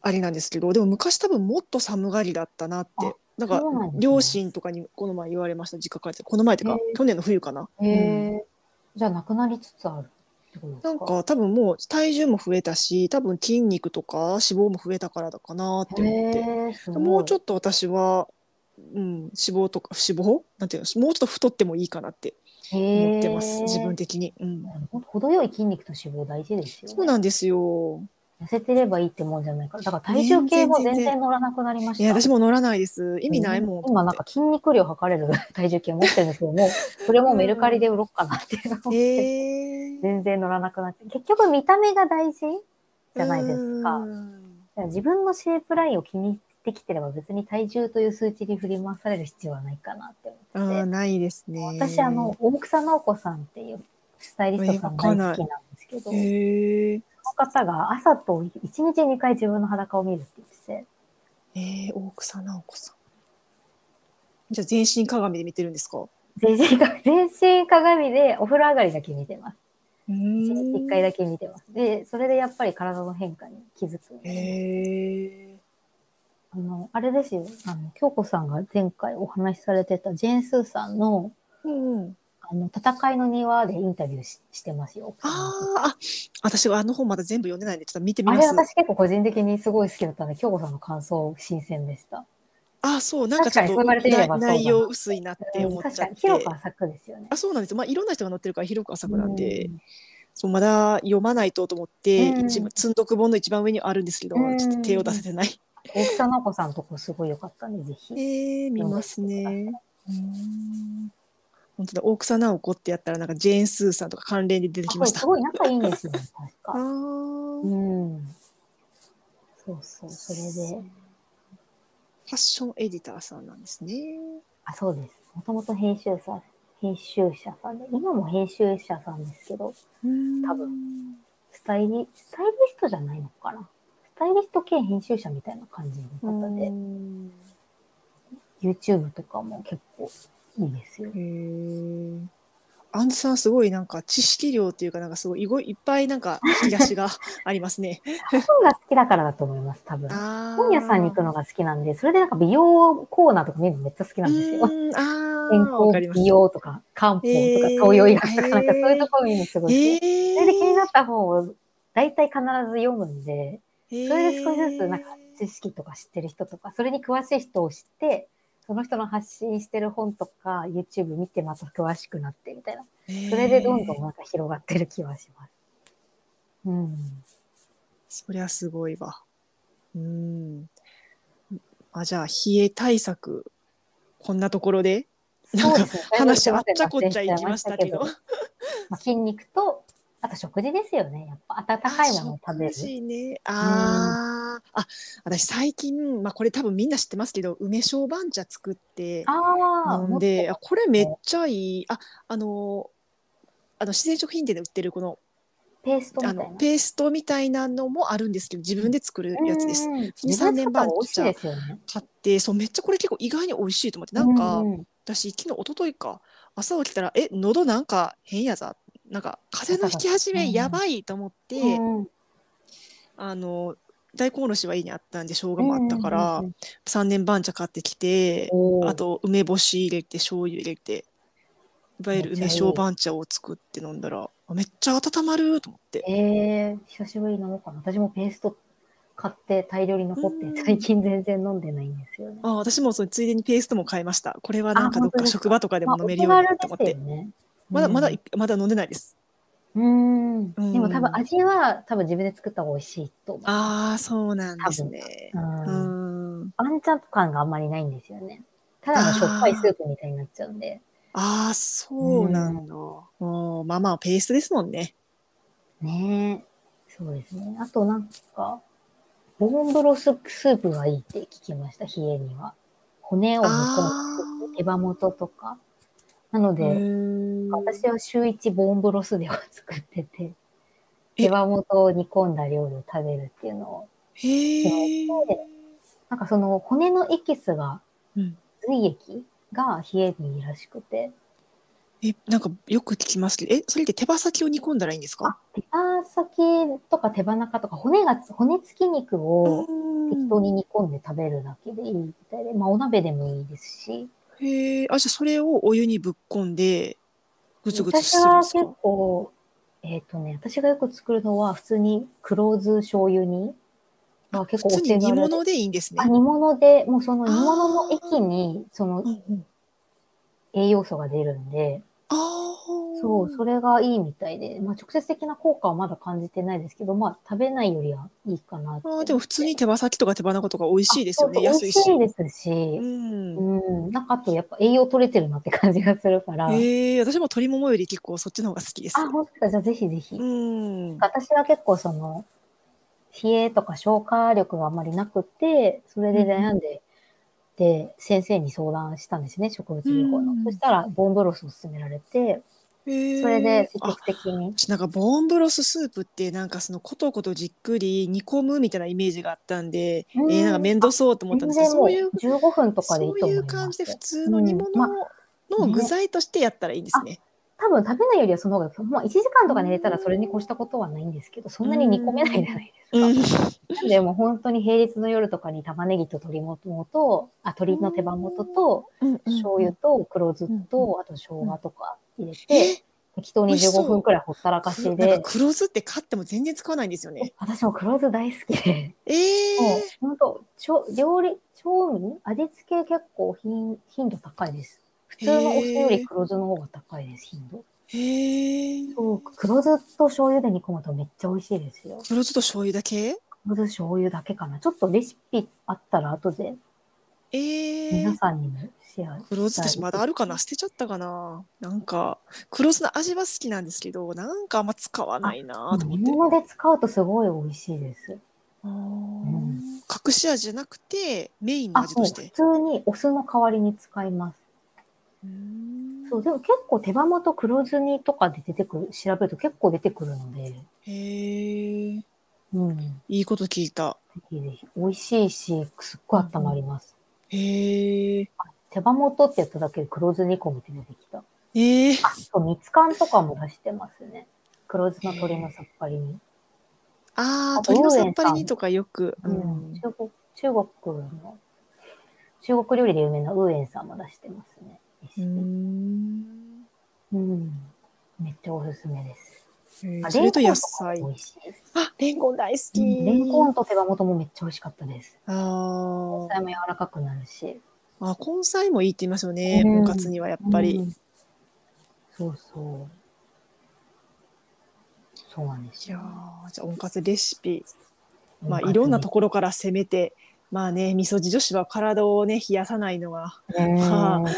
あれなんですけど、でも昔多分もっと寒がりだったなってあ。なんかそうなんですね両親とかにこの前言われました。実家帰って。この前っていうかへ、え去年の冬かな。へえじゃあなくなりつつあるってことですかなんか多分もう体重も増えたし多分筋肉とか脂肪も増えたからだかなって思ってへえすごいもうちょっと私は、うん、脂肪とか脂肪なんていうのもうちょっと太ってもいいかなって思ってますへえ自分的に、うん、ほんと程よい筋肉と脂肪大事ですよね。そうなんですよ痩せてればいいってもんじゃないから。だから体重計も全然乗らなくなりましいた。や私も乗らないです意味ないもん今なんか筋肉量測れる (laughs) 体重計持ってるんですけども、それもメルカリで売ろうかなって思って、えー、全然乗らなくなって。結局見た目が大事じゃないですか。だうんから自分のシェイプラインを気にしてきてれば別に体重という数値に振り回される必要はないかなってあ思ーって。ないですね私、あの、大草直子さんっていうスタイリストさん大好きなんですけど、へえその方が朝と1日2回自分の裸を見るって言ってて、えー、大草直子さんじゃあ全身鏡で見てるんですかう全身が (laughs) 全身鏡でお風呂上がりだけ見てます。ー一ん日一回だけ見てます。で、それでやっぱり体の変化に気づくんで。へえ。あの、あれですよ。あの、京子さんが前回お話しされてたジェーンスーさんの、うんうん。あの、戦いの庭でインタビューししてますよ。あーあ、私はあの本まだ全部読んでないんで、ちょっと見てみあまれす。私結構個人的にすごい好きだったんで、京子さんの感想新鮮でした。あそう、なんかちょっ確かにそう言われてとみなればそうだな内容薄いなって思っ確ちゃかっに、て。広く浅くですよね。あそうなんです、まあ、いろんな人が載ってるから広く浅くなんで、うんそうまだ読まないとと思って、うん一番積んどく本の一番上にはあるんですけど、うんちょっと手を出せてない。大木さな子さんとこすごい良かったんで、ぜひ。えー、見ますね。うん本当だ、大草直子ってやったら、なんかジェーン・スーさんとか関連で出てきましすた。ごい仲いいんですよね、確あか。うーん。そうそう、それで、ファッションエディターさんなんですね。あ、そうです。もともと編集さん、編集者さんで、今も編集者さんですけど、多分。スタイリ、スタイリストじゃないのかな。スタイリスト兼編集者みたいな感じの方で、YouTube とかも結構いいですよ。へえ。アンズさんすごいなんか知識量っていうかなんかすごいいごいっぱいなんか引き出し (laughs) がありますね。本が好きだからだと思います、多分。あー本屋さんに行くのが好きなんで、それでなんか美容コーナーとか見るのめっちゃ好きなんですよ。うーんあ健ーわかり康、ます美容とか、漢方とか、えー東洋医学とか、なんかそういうところ見るのすごい好き。それで気になえった本を大体必ず読むんで、ー、それで少しずつなんか知識とか知ってる人とか、それに詳しい人を知って、その人の発信してる本とか、YouTube 見てまた詳しくなってみたいな。それでどんどんえーなんか広がってる気はします。うん。そりゃすごいわ。うん。あじゃあ冷え対策こんなところでなんかそうですね話あっちゃこっちゃいきましたけど。。まあ、筋肉と、あと食事ですよね。やっぱ温かいものを食べある。食事ね。あーあ、私最近、まあこれ多分みんな知ってますけど、梅小番茶作ってああ、飲んで、あこれめっちゃいい。あ、あの、あの自然食品店で売ってるこのペーストみあたいのな。ペーストみたいなのもあるんですけど、自分で作るやつです。うんうん。二三年番美味しいですよね。買って、そうめっちゃこれ結構意外に美味しいと思って、なんか、うう私昨日一昨日か朝起きたらえ喉なんか変やざなんか風邪の引き始うんめやばいと思って、うんうんあの大根おろしは家にあったんで生姜もあったから、うんうんうん三年番茶買ってきて、おーあと梅干し入れて醤油入れていわゆる梅小番茶を作って飲んだらあめっちゃ温まると思って。えー、久しぶりに飲もうかな。私もペースト買って大量に残っうて、ん最近全然飲んでないんですよね。あ私もそのついでにペーストも買いました。これはなんかどっあ本当かですか職場とかでまあも飲めるようになると思おっ手軽て、ですよね。まだまだうまだ飲んでないです。ん。ううんんでも多分味は多分自分で作った方が美味しいと思う。ああそうなんですね。ううん。んアンチャ感があんまりないんですよね。ただのしょっぱいスープみたいになっちゃうんで。ああ、そうなんだ。もうまあまあ、ペーストですもんね。ねえ。そうですね。あとなんか、ボーンブロススープがいいって聞きました、冷えには。骨を煮あ込む。手羽元とか。なのーで、うーん私は週一ボーンブロスでは作ってて、え手羽元を煮込んだ料理を食べるっていうのを、へえ。なんかその骨のエキスが、うん髄液が冷えにいいらしくて、え、なんかよく聞きますけど、え、それって手羽先を煮込んだらいいんですか。手羽先とか手羽中とか骨が、骨付き肉を適当に煮込んで食べるだけでいいみたいで、まあお鍋でもいいですし、へえ、あ、じゃあ、それをお湯にぶっ込んで。ぐつぐつ私するんはです結か。構、えっ、とね、私がよく作るのは普通に黒酢醤油煮が結普構お通手に煮軽で物でいいんですねあ。煮物で、もうそのあー煮物の液にそのうんうん栄養素が出るんで、ああ。そう、それがいいみたいで、まあ直接的な効果はまだ感じてないですけど、まあ食べないよりはいいかなってあーでも普通に手羽先とか手羽中とか美味しいですよね。あそ安うそういし。美味しいですしう、ん。うん、なんかあとやっぱ栄養取れてるなって感じがするから、ええ、私も鶏ももより結構そっちの方が好きです。あ、本当ですか、じゃあぜひぜひ。うん。私は結構その、冷えとか消化力があんまりなくて、それで悩んで、で、先生に相談したんですね、植物療法の。うんそしたら、ボーンブロスを勧められて、そそれで積極的に。私なんかボーンブロススープってなんかそのことことじっくり煮込むみたいなイメージがあったんで、うんえーなんか面倒そうと思った全んですけど然そうもういう15分とかでいいとそう思いいうま感すじで。普通の煮物うんの具材としてやったらいいんですね。多分食べないよりはその方が、まあ1時間とか寝れたらそれに越したことはないんですけど、そんなに煮込めないじゃないですか。うん、なんでもう本当に平日の夜とかに玉ねぎと鶏ももと、あ、鶏の手羽元と、うん醤油と黒酢うんと、あと生姜とか、入れえて、適当美に味しそう15分くらいほったらかしなんで、か黒酢って買っても全然使わないんですよね。私も黒酢大好きで、えもうー、本当調料理調味味付け結構頻頻度高いです。普通のお酢より黒酢の方が高いです頻度。えー、そう黒酢と醤油で煮込むとめっちゃ美味しいですよ。黒酢と醤油だけ黒酢醤油だけかな。ちょっとレシピあったら後でえー皆、さんにもシェア。黒酢私まだあるかな捨てちゃったかななんか黒酢の味は好きなんですけどなんかあんま使わないなと思煮って物で使うとすごい美味しいです。あーん隠し味じゃなくてメインのあ、味そとう。し普て通にお酢の代わりに使います。うーんそう、でも結構手羽元黒酢煮とかで出てくる、調べると結構出てくるので、へえうん。いいこと聞いたぜひぜひ。美味しいし、すっごい温まります。へえ手羽元ってやっただけで黒酢煮込みって出てきた。えー、あ、そう、蜜缶とかも出してますね。黒酢の鶏のさっぱりに。あああと鶏のさっぱりにとかよく、ううんん、中国、中国の、中国料理で有名なウーエンさんも出してますね。うーんうん。めっちゃおすすめです。あそれとレ野ンコンかも菜美味しいです。あレンコン大好き、うんレンコンと手羽元もめっちゃ美味しかったです。あ野菜も柔らかくなるし。ーあ根菜もいいって言いますよねうん温活にはやっぱり、ういんそうそう。そうなんですやよ。ーじゃあ温活レシピまあ、うんいろんなところから攻めて、まあね、みそじ女子は体をね、冷やさないのは、うんは (laughs) あ、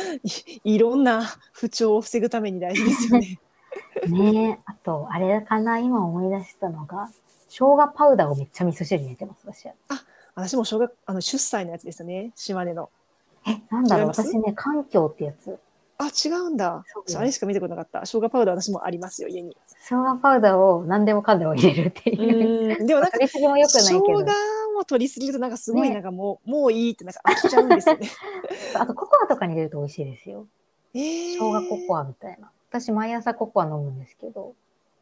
いいろんな不調を防ぐために大事ですよ (laughs) ね。ねえ、あと、あれかな、今思い出したのが、生姜パウダーをめっちゃ味噌汁に入れてます、私は。私も小学、あの、出歳のやつですね、島根の。え、なんだ違ろ、いうます私ね、環境ってやつ。あ、違うんだそう。そうあれしか見たことなかった。生姜パウダー私もありますよ、家に。生姜パウダーを何でもかんでも入れるって (laughs) いう。うん、でもなんか取、りすぎも良くない生け姜ども。取りすぎると、なんかすごい、ねなんかもう、もういいって、なんか飽きちゃうんですよ (laughs) ね。あと、ココアとかに入れると美味しいですよ。え生姜ココア。アみたいな。私、毎朝ココア飲むんですけど。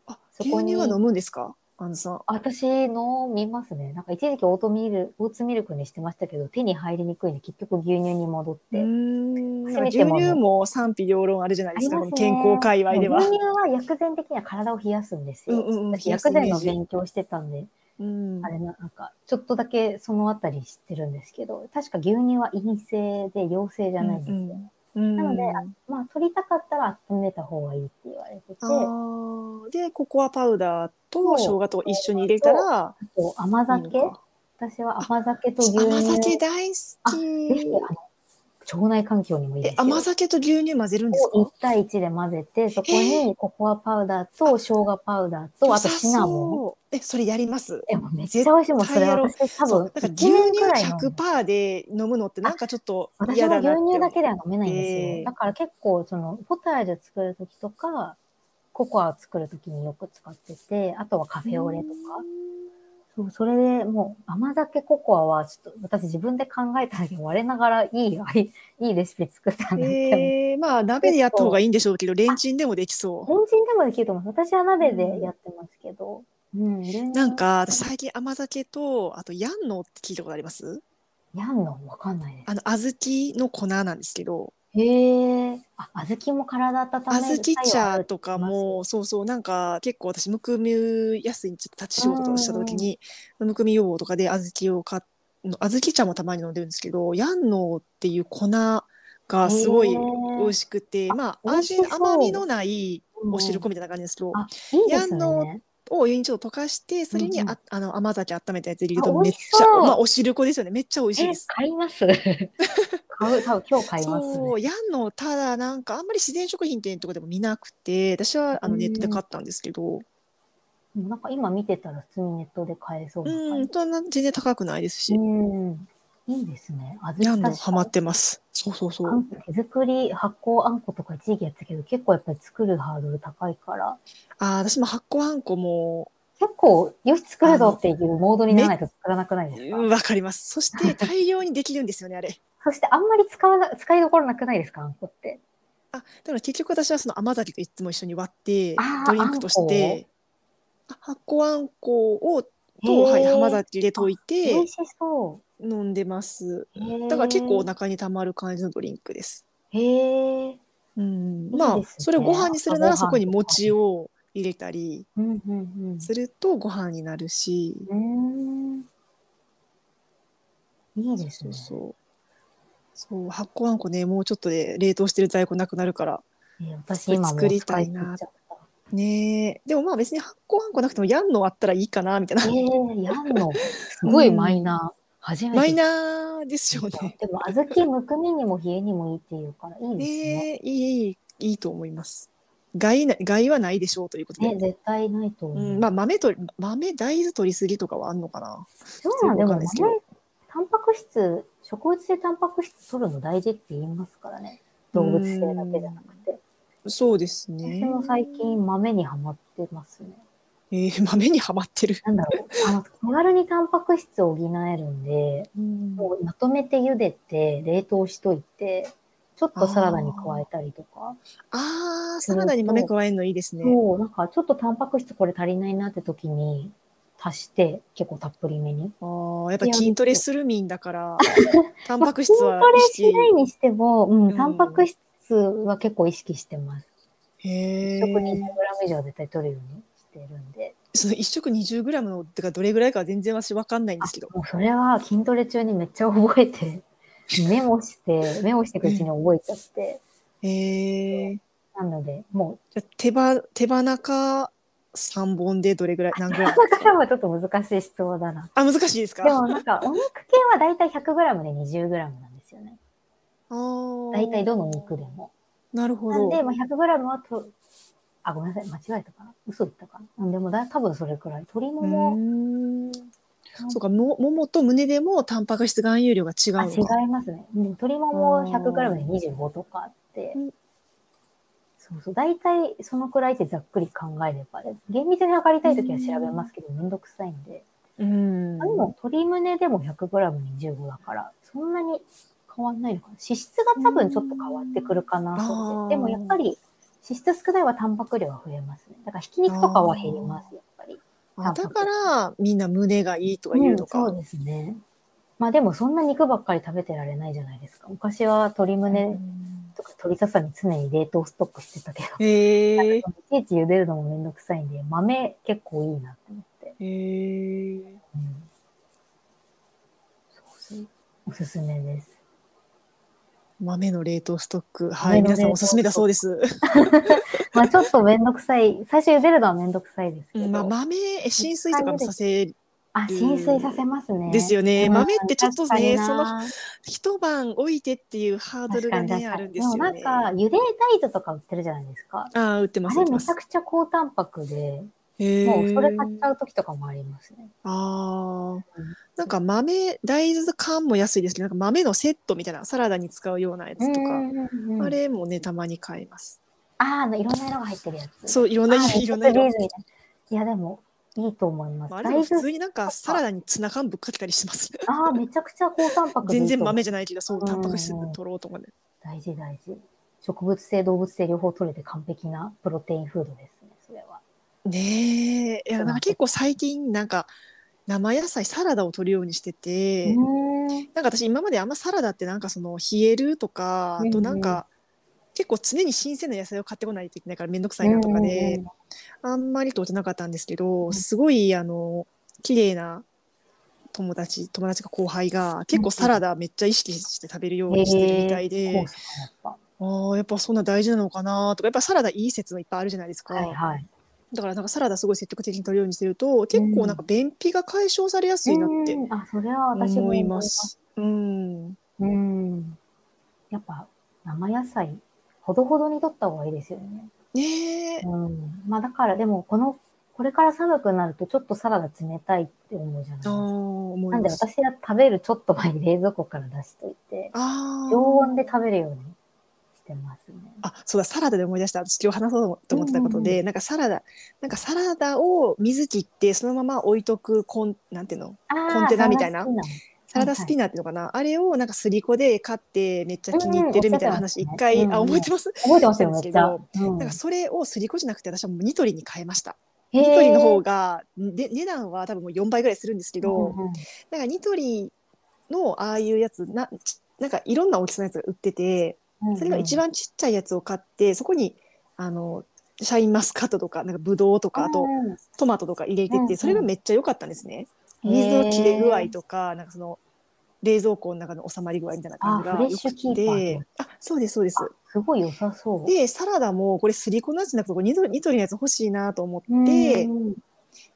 あ、そ牛こに乳は飲むんですかあのさ、あ私、飲みますね。なんか、一時期オートミール、オーツミルクにしてましたけど、手に入りにくいんで、結局牛乳に戻っうて。んなんか牛せめても乳も賛否両論あるじゃないですか、ありますね健康界隈では。牛乳は薬膳的には体を冷やすんですよ。うんうんうん私冷やすイ薬メージ膳の勉強してたんで、うんあれな、なんか、ちょっとだけそのあたり知ってるんですけど、確か牛乳は陰性で陽性じゃないんですよ。うんなのでまあ、取りたかったら温めた方がいいって言われてて、ああーでココアパウダーと生姜と一緒に入れたらと甘酒いいのか私は甘酒と牛乳。甘酒ぜ大好あきひ、あの、腸内環境にもいいでえすよ。甘酒と牛乳混ぜるんですを1か対1で混ぜて、そこにココアパウダーと生姜パウダーと、あとシナモン。ンえそれやりますえ、もうめっちゃ美味しいもん、それ絶対やろう私多そう分なんか牛1年くらい飲ん乳で100%で飲むのってなんかちょっと私嫌だはなって牛乳だけでは飲めないんですよ。えーだから結構、その、ポタージュ作るときとか、ココアを作るときによく使ってて、あとはカフェオレとか。そう、それでもう甘酒ココアはちょっと私自分で考えただけど我ながらいい、 (laughs) あいいいレシピ作ったなって思う。えーまあ鍋でやった方がいいんでしょうけどレンチンでもできそうレンチンでもできると思う。私は鍋でやってますけど。うん、レンチンなん、か私最近甘酒とあとヤンノって聞いたことありますやんのわかんないであの小豆の粉なんですけどす。へえ。あ、小豆も体温める小豆茶とかももそうそうなんか結構私むくみやすいちょっと立ち仕事とかした時にむくみ予防とかで小豆を買っ小豆茶もたまに飲んでるんですけどヤンノーっていう粉がすごい美味しいしくて、あまあ美味安しそう心甘みのないお汁粉みみたいな感じですけど、あ、いいですやんね。のをお湯にちょっと溶かしてそれにあ、うんうんあの甘酒温めたやつ入れるあとめ美っ味ちしゃそうまあお汁粉ですよねめっちゃ美味しいえです、。買いま (laughs) す買う、多分今日買います、そう、やんの、ただなんかあんまり自然食品店とかでも見なくて、私はあのうんネットで買ったんですけど、なんか今見てたら普通にネットで買えそううな感ん、じ。そんな全然高くないですし、うん。いいですね。小や豆んのハマっててます。そうそうそう。手作り発酵あんことか一時期やってたけど、結構やっぱり作るハードル高いから、あー、私も発酵あんこも、結構よし作るぞっていうモードにならないと作らなくないですか、うんわかり (laughs) ます。そして大量にできるんですよね、あれ。そしてあんまり使わな、使いどころなくないですかあんこって。あ、だから結局私はその甘酒といつも一緒に割ってあー、ドリンクとして、あ発酵あんこを、と、へーはい、浜崎で溶い美て味しそ飲んでます。う。だから結構おな。腹にたまる感じのドリンクです。へえ。うんねまあそれをご飯にするならそ朝ご飯こに餅を入れたりうんうんするとご飯になるし、うん。うーん。いいですそねう。そうそう発酵あんこねもうちょっとで冷凍してる在庫なくなるからえー私今もう作りたいな使切っちゃっねえでもまあ別に発酵あんこなくてもやんのあったらいいかなみたいなた。えー、やんの、すごいマイナー。初めて。マイナーですよね。でも、小豆むくみにも冷えにもいいっていうから、いいですね。ねえいいいいいいと思います害な害はないでしょうということで、ね、絶対ないとう思う。んまあ、豆と豆大豆取りすぎとかはあんのかなそうなんでわかもんないですけど豆、タンパク質、植物性タンパク質取るの大事って言いますからね。動物性だけじゃなくて。そうですね私も最近豆にはまってますね。えー豆にはまってる、なんだ (laughs) ろう。あの、手軽にタンパク質を補えるんで、もうまとめて茹でて、冷凍しといて、ちょっとサラダに加えたりとか。あーサラダに豆加えるのいいですねそう、なんかちょっとタンパク質これ足りないなって時に足して、結構たっぷりめに。あーやっぱ筋トレする民だからタンパク質はまあ意筋ト識レしないにしても、ううんん、タンパク質は結構意識してます。へ食に 20g ー以上は絶対取るようにしてるんで。その1食 20g のってかどれぐらいかは全然私わかんないんですけどもうそれは筋トレ中にめっちゃ覚え (laughs) て、メモして、メモしていくうちに覚えちゃって。へえなので、 (laughs) もじゃあ手羽手羽中3本でどれぐらい何グ (laughs) ラムう、ですだからかはちょっと難しい質問だな。あ難しいですでかもなんか、お肉系はだいたい 100g で 20g なんですよね。だいたいどの肉でも。なるほなんどで、まあ、100g はと、あ、ごめんなさい、間違えたかな。嘘言ったかな。なんでもだ、多分それくらい。鶏もうも、ーんそうかもももと胸でもタンパク質含有量が違うあ、の違かいますね。うん鶏もも 100g で25とかあってうん。そうそう。大体そのくらいってざっくり考えれば。厳密に測りたいときは調べますけど、めんどくさいんで。うんあでも、鶏胸でも 100g25 だから、そんなに変わんないのかな。脂質が多分ちょっと変わってくるかなとうんあ思ーって。でもやっぱり、脂質少ないはタンパク量が増えますね。だからひき肉とかは減ります、やっぱり。あだからみんな胸がいいとか言うのか、うんそうですね。まあでもそんな肉ばっかり食べてられないじゃないですか。昔は鶏胸とか鶏ささみ常に冷凍ストックしてたけど、へえいちいち茹でるのもめんどくさいんで、豆結構いいなって思って。へえうんそうそうおすすめです。豆の冷凍ストックはい豆の冷皆凍さんおすすめだそうです、まあちょっとめんどくさい。最初茹でるのはめんどくさいですけうど。んまあ、豆え浸水とかもさせあ、浸水させますね。ですよねうん豆ってちょっとね確かになその一晩置いてっていうハードル確がかに確ねかあにるんですよね。でもなんか、茹で大豆とか売ってるじゃないですか。ああ、売ってまあす。売っれてめまちゃすくちゃ高タンパクで、へえもうそれ買っちゃう時とかもありますね。ああ。なんか豆、大豆缶も安いですけど、なんか豆のセットみたいな、サラダに使うようなやつとか、うんあれもね、たまに買います。あーあのいろんな色が入ってるやつ。そう、いろんなあー色、いろんな色レッドビー。ズみたいないやでもいいと思います。まあ、あ大れでも豆普通になんかサラダにツナ缶ぶっかけたりしてます。ああめちゃくちゃ高タンパクでい (laughs) 全いと然思う豆じゃないけど、そうう、んタンパク質取ろうと思って。大事大事。植物性動物性両方取れて完璧なプロテインフードですね。それは。ねえ、いや、なんか結構最近、なんか生野菜、サラダを取るようにしてて、うーんなんか私今まであんまサラダってなんかその冷えるとかうんうあんとなんか結構常に新鮮な野菜を買ってこないといけないから面倒くさいなとかであんまりとってなかったんですけどんすごいあの綺麗な友達友達か後輩が結構サラダめっちゃ意識して食べるようにしてるみたいうんうんうでん酵素かやっぱああやっぱそんな大事なのかなとかやっぱサラダいい説はいっぱいあるじゃないですかはいはい。だからなんかサラダすごい積極的に取るようにしてると結構なんか便秘が解消されやすいなってうんあそれは私も思いま。す。うんうん。やっぱ生野菜ほどほどに取った方がいいですよね。ねえうん、まあだからでもこのこれから寒くなるとちょっとサラダ冷たいって思うじゃないですああ、か。思ないんでます。私は食べるちょっと前に冷蔵庫から出しといてあ常あ。温で食べるようにしてますね。あ、そうだ、サラダで思い出した。私今日話そうと思ってたことで、なんかサラダ、なんかサラダを水切って、そのまま置いとく、コン、なんていうの、あーコンテナみたいなサラダ好きサラダスピナーっていうのかな、あれをなんかすりこで買って、めっちゃ気に入ってるみたいな話、うん一うん回、あ、うんう覚んえてます。覚えてますよめっちゃ。うんなんかそれをすりこじゃなくて、私はもうニトリに変えました。へニートリの方が、で、値段は多分もう4倍ぐらいするんですけど、うんうんなんかニトリのああいうやつな、ちなんかいろんな大きさのやつが売ってて、それが一番番ちっちゃいやつを買ってそこにあのシャインマスカットとかなんかブドウとかあとトマトとか入れてうんうてんそれがめっちゃ良かったんですね。水の切れ具合とかなんかその冷蔵庫の中の収まり具合みたいな感じがあフレッシュキーパー良くてあそうですそうです。すごい良さそう。でサラダもこれすりこのやつじゃなくてこれニトリニトリのやつ欲しいなと思うんって、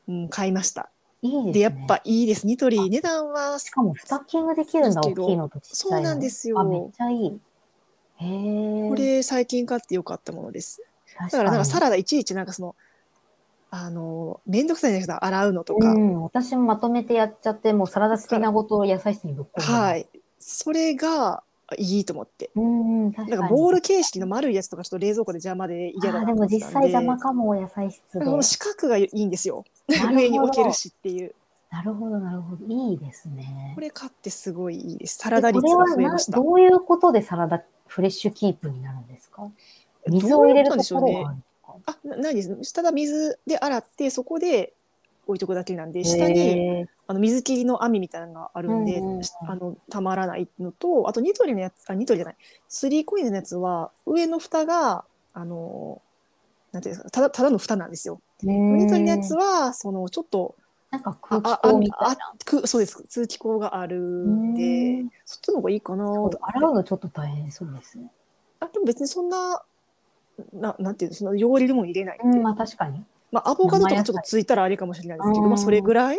うん、買いました。いいですね。でやっぱいいですニトリ値段はしかもスタッキングできるんだ、いいけ大どきいのとちっちゃいの。そうなんですあ、めっよ。ちゃいい。へえ。これ最近買って良かったものです。確だからなんかサラダいちいちなんかそのあの面倒くさいんですけど洗うのとか、うん、私もまとめてやっちゃって、もうサラダ好きなごと野菜室にぶっ込んで。。はいいそれがあいいと思ってうんうん、確かなに。んかボール形式の丸いやつとかちょっと冷蔵庫で邪魔で嫌だなあとーで思もって実たんで際邪魔かも、野菜室なんでか。この四角がいいんですよなるほど上に置けるしっていうなるほど、なるほど。いいですねこ。れ買ってすごいいいですササラダ率が増えましたどういうことでサラダフレッシュキープになるんですか水を入れるどうやったんとでしょこうねろがあるとか。あなないですただ水で洗ってそこで置いとくだけなんで下にへーあの水切りの網みたいなのがあるんで、うんうんあのたまらないのとあとニトリのやつあニトリじゃないスリーコインズのやつは上の蓋があのなんていうんですかただただの蓋なんですよ。ニトリのやつはそのちょっとなんかあ空気口みあたいあな。くそうです通気口があるんでうんそっちの方がいいかなと洗うのちょっと大変そうですね。あでも別にそんなななんていうのその汚れるもん入れないんで、うん、まあ確かに。まあ、アボカドとかちょっとついたらあれかもしれないですけど、うんまあ、それぐらい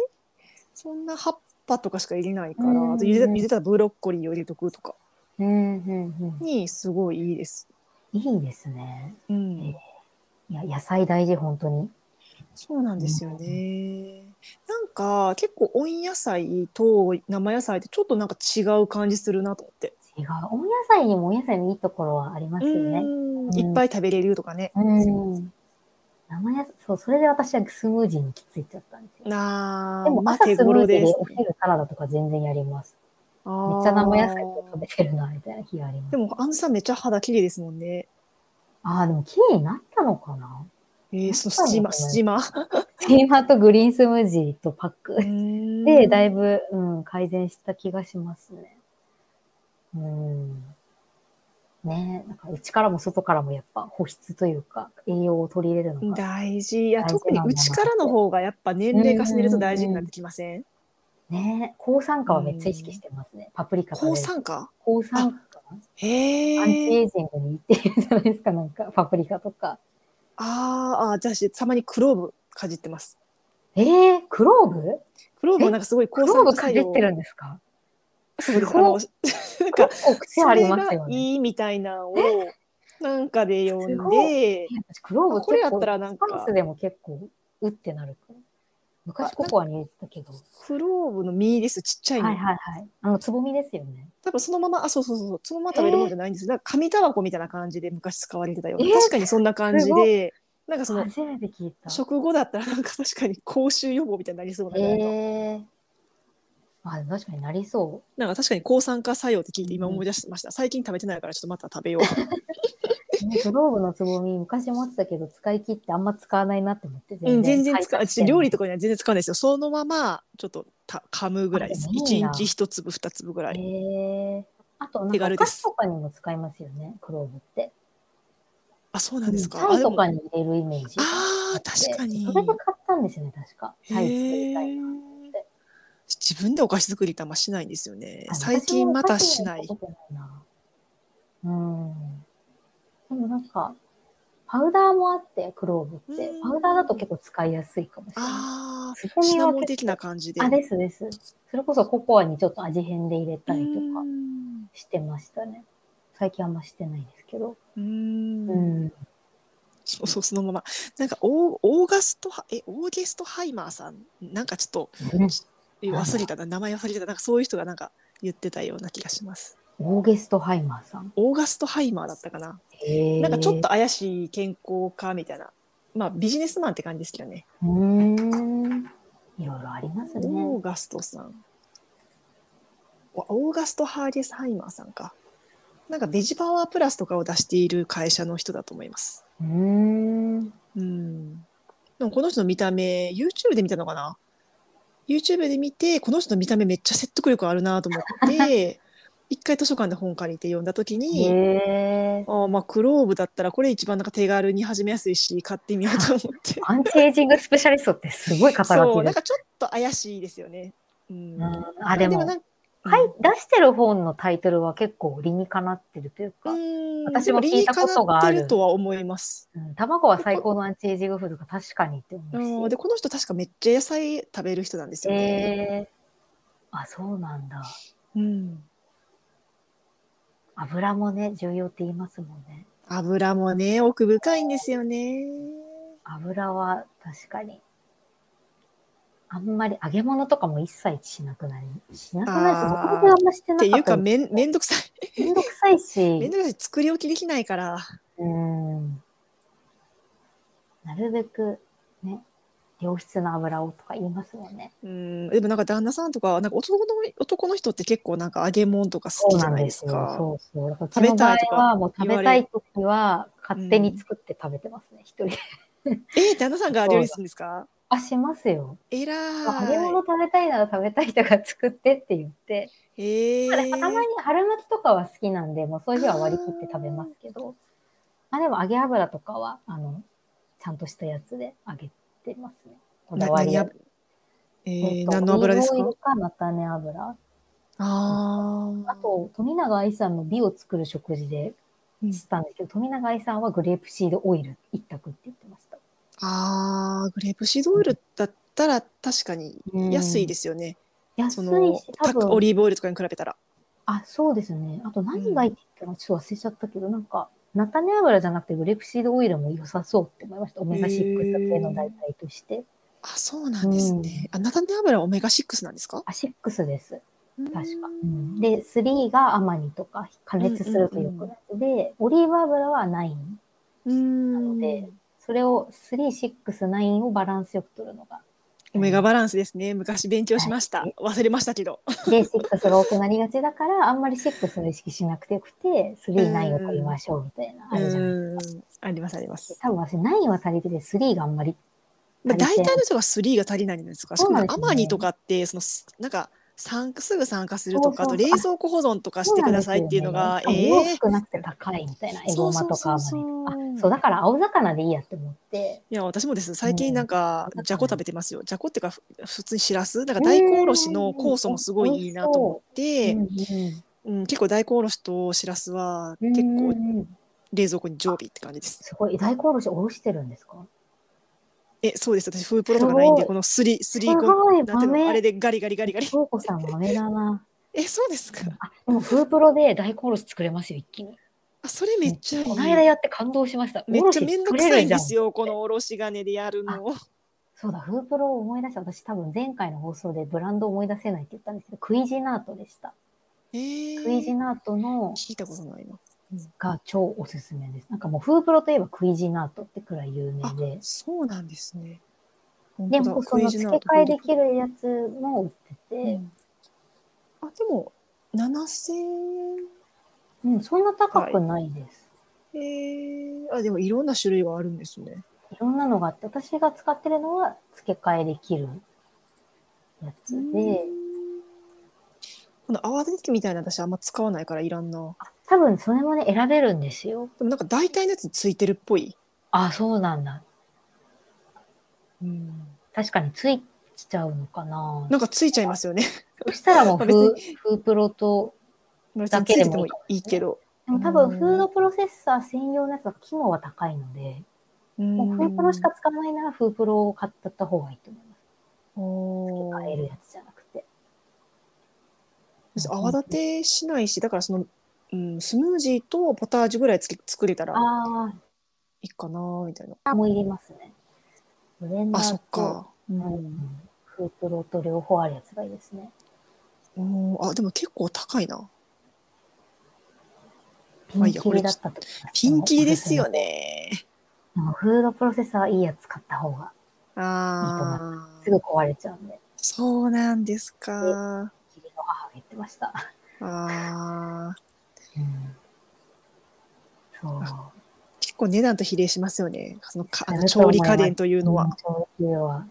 そんな葉っぱとかしか入れないから、うんあと茹でた茹でたブロッコリーを入れとくとかうん、うん、にすごいいいです。うん。いいですね。うん、いや、野菜大事、本当に。そうなんですよね。なんか結構温野菜と生野菜ってちょっとなんか違う感じするなと思って。違う。温野菜にも温野菜のいいところはありますよね。うんうんいっぱい食べれるとかね。うん。生野菜、そう、それで私はスムージーにきついちゃったんですよ。なあでもまあ朝スムージー手で頃お昼サラダとか全然やります。あめーっちゃ生野菜とか食べてるな、みたいな日がありま。ですもあんさんめっちゃ肌綺麗ですもんね。ああ、でも綺麗になったのかなえー、そのスチマスチマ。スチーマーとグリーンスムージーとパックで、でだいぶ、うん、改善した気がしますね。うん。ねえ、なんか内からも外からもやっぱ保湿というか、栄養を取り入れるのが。大事いや大事特になんだな内からの方がやっぱ年齢化してると大事になってきませんねえ、抗酸化はめっちゃ意識してますね。パプリカ食べる抗酸化抗酸化かへなアンチエえイジングにいいっていうじゃないですか、なんか、パプリカとか。あーあー私たまにクローブかじってますえー、クローブクローブはなんかすごい抗クロー酸ブ化か作じっ用てるんですかそうですすあのごいなんか結構癖ありますよそれがね。いいみたいなのをなんかで読んすごで私クローブ結構これやったらなんかスパイスでも結構、うってなるから。昔ココアに入れてたけど。クローブの実ですちっちゃいの、はいはいはい。あの、つぼみですよね。多分そのままあそうそうそうそのまま食べるもんじゃないんですよなんか紙タバコみたいな感じで昔使われてたようなえー確かにそんな感じすごでなんかその初めて聞いた。食後だったらなんか確かに口臭予防みたいになりそうなぐらいのえー。あ、でも確かになりそなんか確かに抗酸化作用って聞いて今思い出しました、最近食べてないからちょっとまた食べようう。ねグローブのつぼみ、昔持ってたけど、使い切ってあんま使わないなって思って。うん全然使う買い足私して料理とかには全然使わないですよそのままちょっとた噛むぐらいですあでもいい一な日一粒二粒ぐらいへえあと、なん手か軽でお菓す子とかにも使いますよね、クローブって。あそうなんですか、うんあタイでともかに入れるイメージ。あー確かにそれで買ったんですよね、確か。タイ作りたいなって。自分でお菓子作りってあんましないんですよねあ最近またしない私もお菓子には行ったことないなうん。でもなんか、パウダーもあって、クローブってう。んパウダーだと結構使いやすいかもしれない。あつあぼシみナはモン結的な感じで構あ、ですです。それこそココアにちょっと味変で入れたりとうかんしてましたね。最近あんましてないですけど。うんうん。そうそうそのままなんかオーオーガストハえオーゲストハイマーさんなんかちょっと忘れたな名前忘れたなんかそういう人がなんか言ってたような気がしますオーゲストハイマーさん。オーガストハイマーだったかな、ななんかちょっと。怪しい健康家みたいなまあビジネスマンって感じですけどねうーん。いろいろありますねオ。ーガストさんわオーガストハーゲスハイマーさんかなんかベジパワープラスとかを出している会社の人だと思いますうーん。うんでもこの人の見た目 YouTube で見たのかな (laughs) YouTube で見てこの人の見た目めっちゃ説得力あるなと思って一回図書館で本借りて読んだ時へに、え。あーまあクローブだったらこれ一番なんか手軽に始めやすいし買ってみよう (laughs) と思ってアンチエイジングスペシャリストってすごい肩書そうきなでんかちょっと怪しいですよね。うんうん、あ、でも、なんかはい、出してる本のタイトルは結構理にかなってるというか、うん私も聞いたことがあ理にかるなってるとは思います。うん卵は最高のアンチエイジングフードが確かにってうん思うしでこの人確かめっちゃ野菜食べる人なんです。よね。えー、あ、そうなんだ。うん、油もね、重要って言いますもんね。油もね奥深いんですよね。油は確かに。あんまり揚げ物とかも一切しなくなり、しなくなるあーと僕があんましてっなていかっうたかりめんめんどくさいめんどくさいめんし、どくさい作り置きできないから。うん。なるべくね、良質な油をとか言いますもんね。うんでもなんか旦那さんとかなんか男の男の人って結構なんか揚げ物とか好そきうじゃなんないでですすか。よ。そうそう。だからう食べちの場た合いとかはもう食言われべたいときは勝手に作って食べてますね、一人で。えー旦那さんが料理するんですかあ、しますよ。えら揚げー物食べたいなら食べたいとか作ってって言って。い。えただたまーに、春巻きとかは好きなんで、もうそういう日は割り切って食べますけど、あでも揚げ油とかは、あの、ちゃんとしたやつで揚げてますね。こだなわり何は油ええー、っと何の油ですオリーブかオイルか菜種油。ああ。あと、富永愛さんの美を作る食事で知ったんですけど、富永愛さんはグレープシードオイル一択って言ってました。ああ、グレープシードオイルだったら確かに安いですよね。安そいのし、多たオ分、リーブオイルとかに比べたら。あ、そうですね。あと何がいいって言ったのちょっと忘れちゃったけど、なんか、菜種油じゃなくてグレープシードオイルも良さそうって思いました。オメガ6系の代替として。あ、そうなんですね。あなたの油はオメガ6なんですかあ、6です。確か。ううんんで、3がアマニとか加熱するとよくなる。で、オリーブ油は9。うん。のでそれを3、6、9をバランスよく取るのが。オメガバランスですね。昔勉強しましたはい。忘れましたけど。で、6が多くなりがちだから、あんまり6を意識しなくてよくて、3、9を取りましょうみたいな、あれじゃないうん。ありますあります。多分私9は足りてて3があんまり。まあ、足大りて体の人が3が足りないんですか。しそかうもななんんですかよアねマニとかってそのすなんか酸化すぐ酸化するとかあとそうそう冷そう蔵庫保存とかしそうてなくんでだすさいっていうのがよねしえかもえ量少なくて高いみたいな、エゴマとかアマそうニとかそうそうそうあそう、だから青魚でいいやって思って。いや私もです最近なんかうんじゃこ食べてますよじゃこっていうかふ普通にしらすなんか大根おろしの酵素もすごいいいなと思って、うんうんうん、結構大根おろしとしらすは結うんう構んうん冷蔵庫に常備って感じです。すごい、大根おろしおろしてるんですかえそうです私フープロとかないんすごでいこのスリスリすごないんていう豆のあれでガリガリガリガ (laughs) リ京子さん豆だな。えそうですかあ、でもフープロで大根おろし作れますよ、一気に。あそれめっちゃいい。この間やって感動しました。めっちゃめんどくさいんですよ。よ、このおろし金でやるの。そうだ、フープロを思い出した。私多分前回の放送でブランドを思い出せないって言ったんですけど、クイジナートでした。えークイジナートの聞いたことないな。が超おすすめです。なんかもうフープロといえばクイジナートってくらい有名あで、。そうなんですね。でもその付け替えできるやつも売ってうて、んあ、でも、七千円。うん、そんな高くないです。えー、あ、でもいろんな種類があるんですね。いろんなのがあって、私が使ってるのは付け替えできるやつで、この泡立て器みたいな私あんま使わないからいらんな。多分それもね、選べるんですよ。でもなんか大体のやつついてるっぽい。あ、そうなんだ。うん、確かについちゃうのかな。なんかついちゃいますよね。そしたらもう別フにーフープロと、別だにつけいでてもてもいいけど。でも多分うんフードプロセッサー専用のやつは機能は高いので、もうもフープロしか使わないならフープロを買ってった方がいいと思います。お買えーるやつじゃなくて。私泡立てしないしだからその、うん、スムージーとポタージュぐらいつけ作れたらあいいかなみたいなあ、もういりますね。ブレンダあそーっとか、ううんんフープロと両方あるやつがいいですね。うん、あでも結構高いなピまあンいいやキこリれだったと思います。ピンキリですよねでも。フードプロセッサーはいいやつ買った方があすぐ壊れちゃうんで、ーそうなんですか義理の母が言ってました。あーそう。結構値段と比例しますよねそのかあだのと思い調ま理す家電というのは、うん調理は。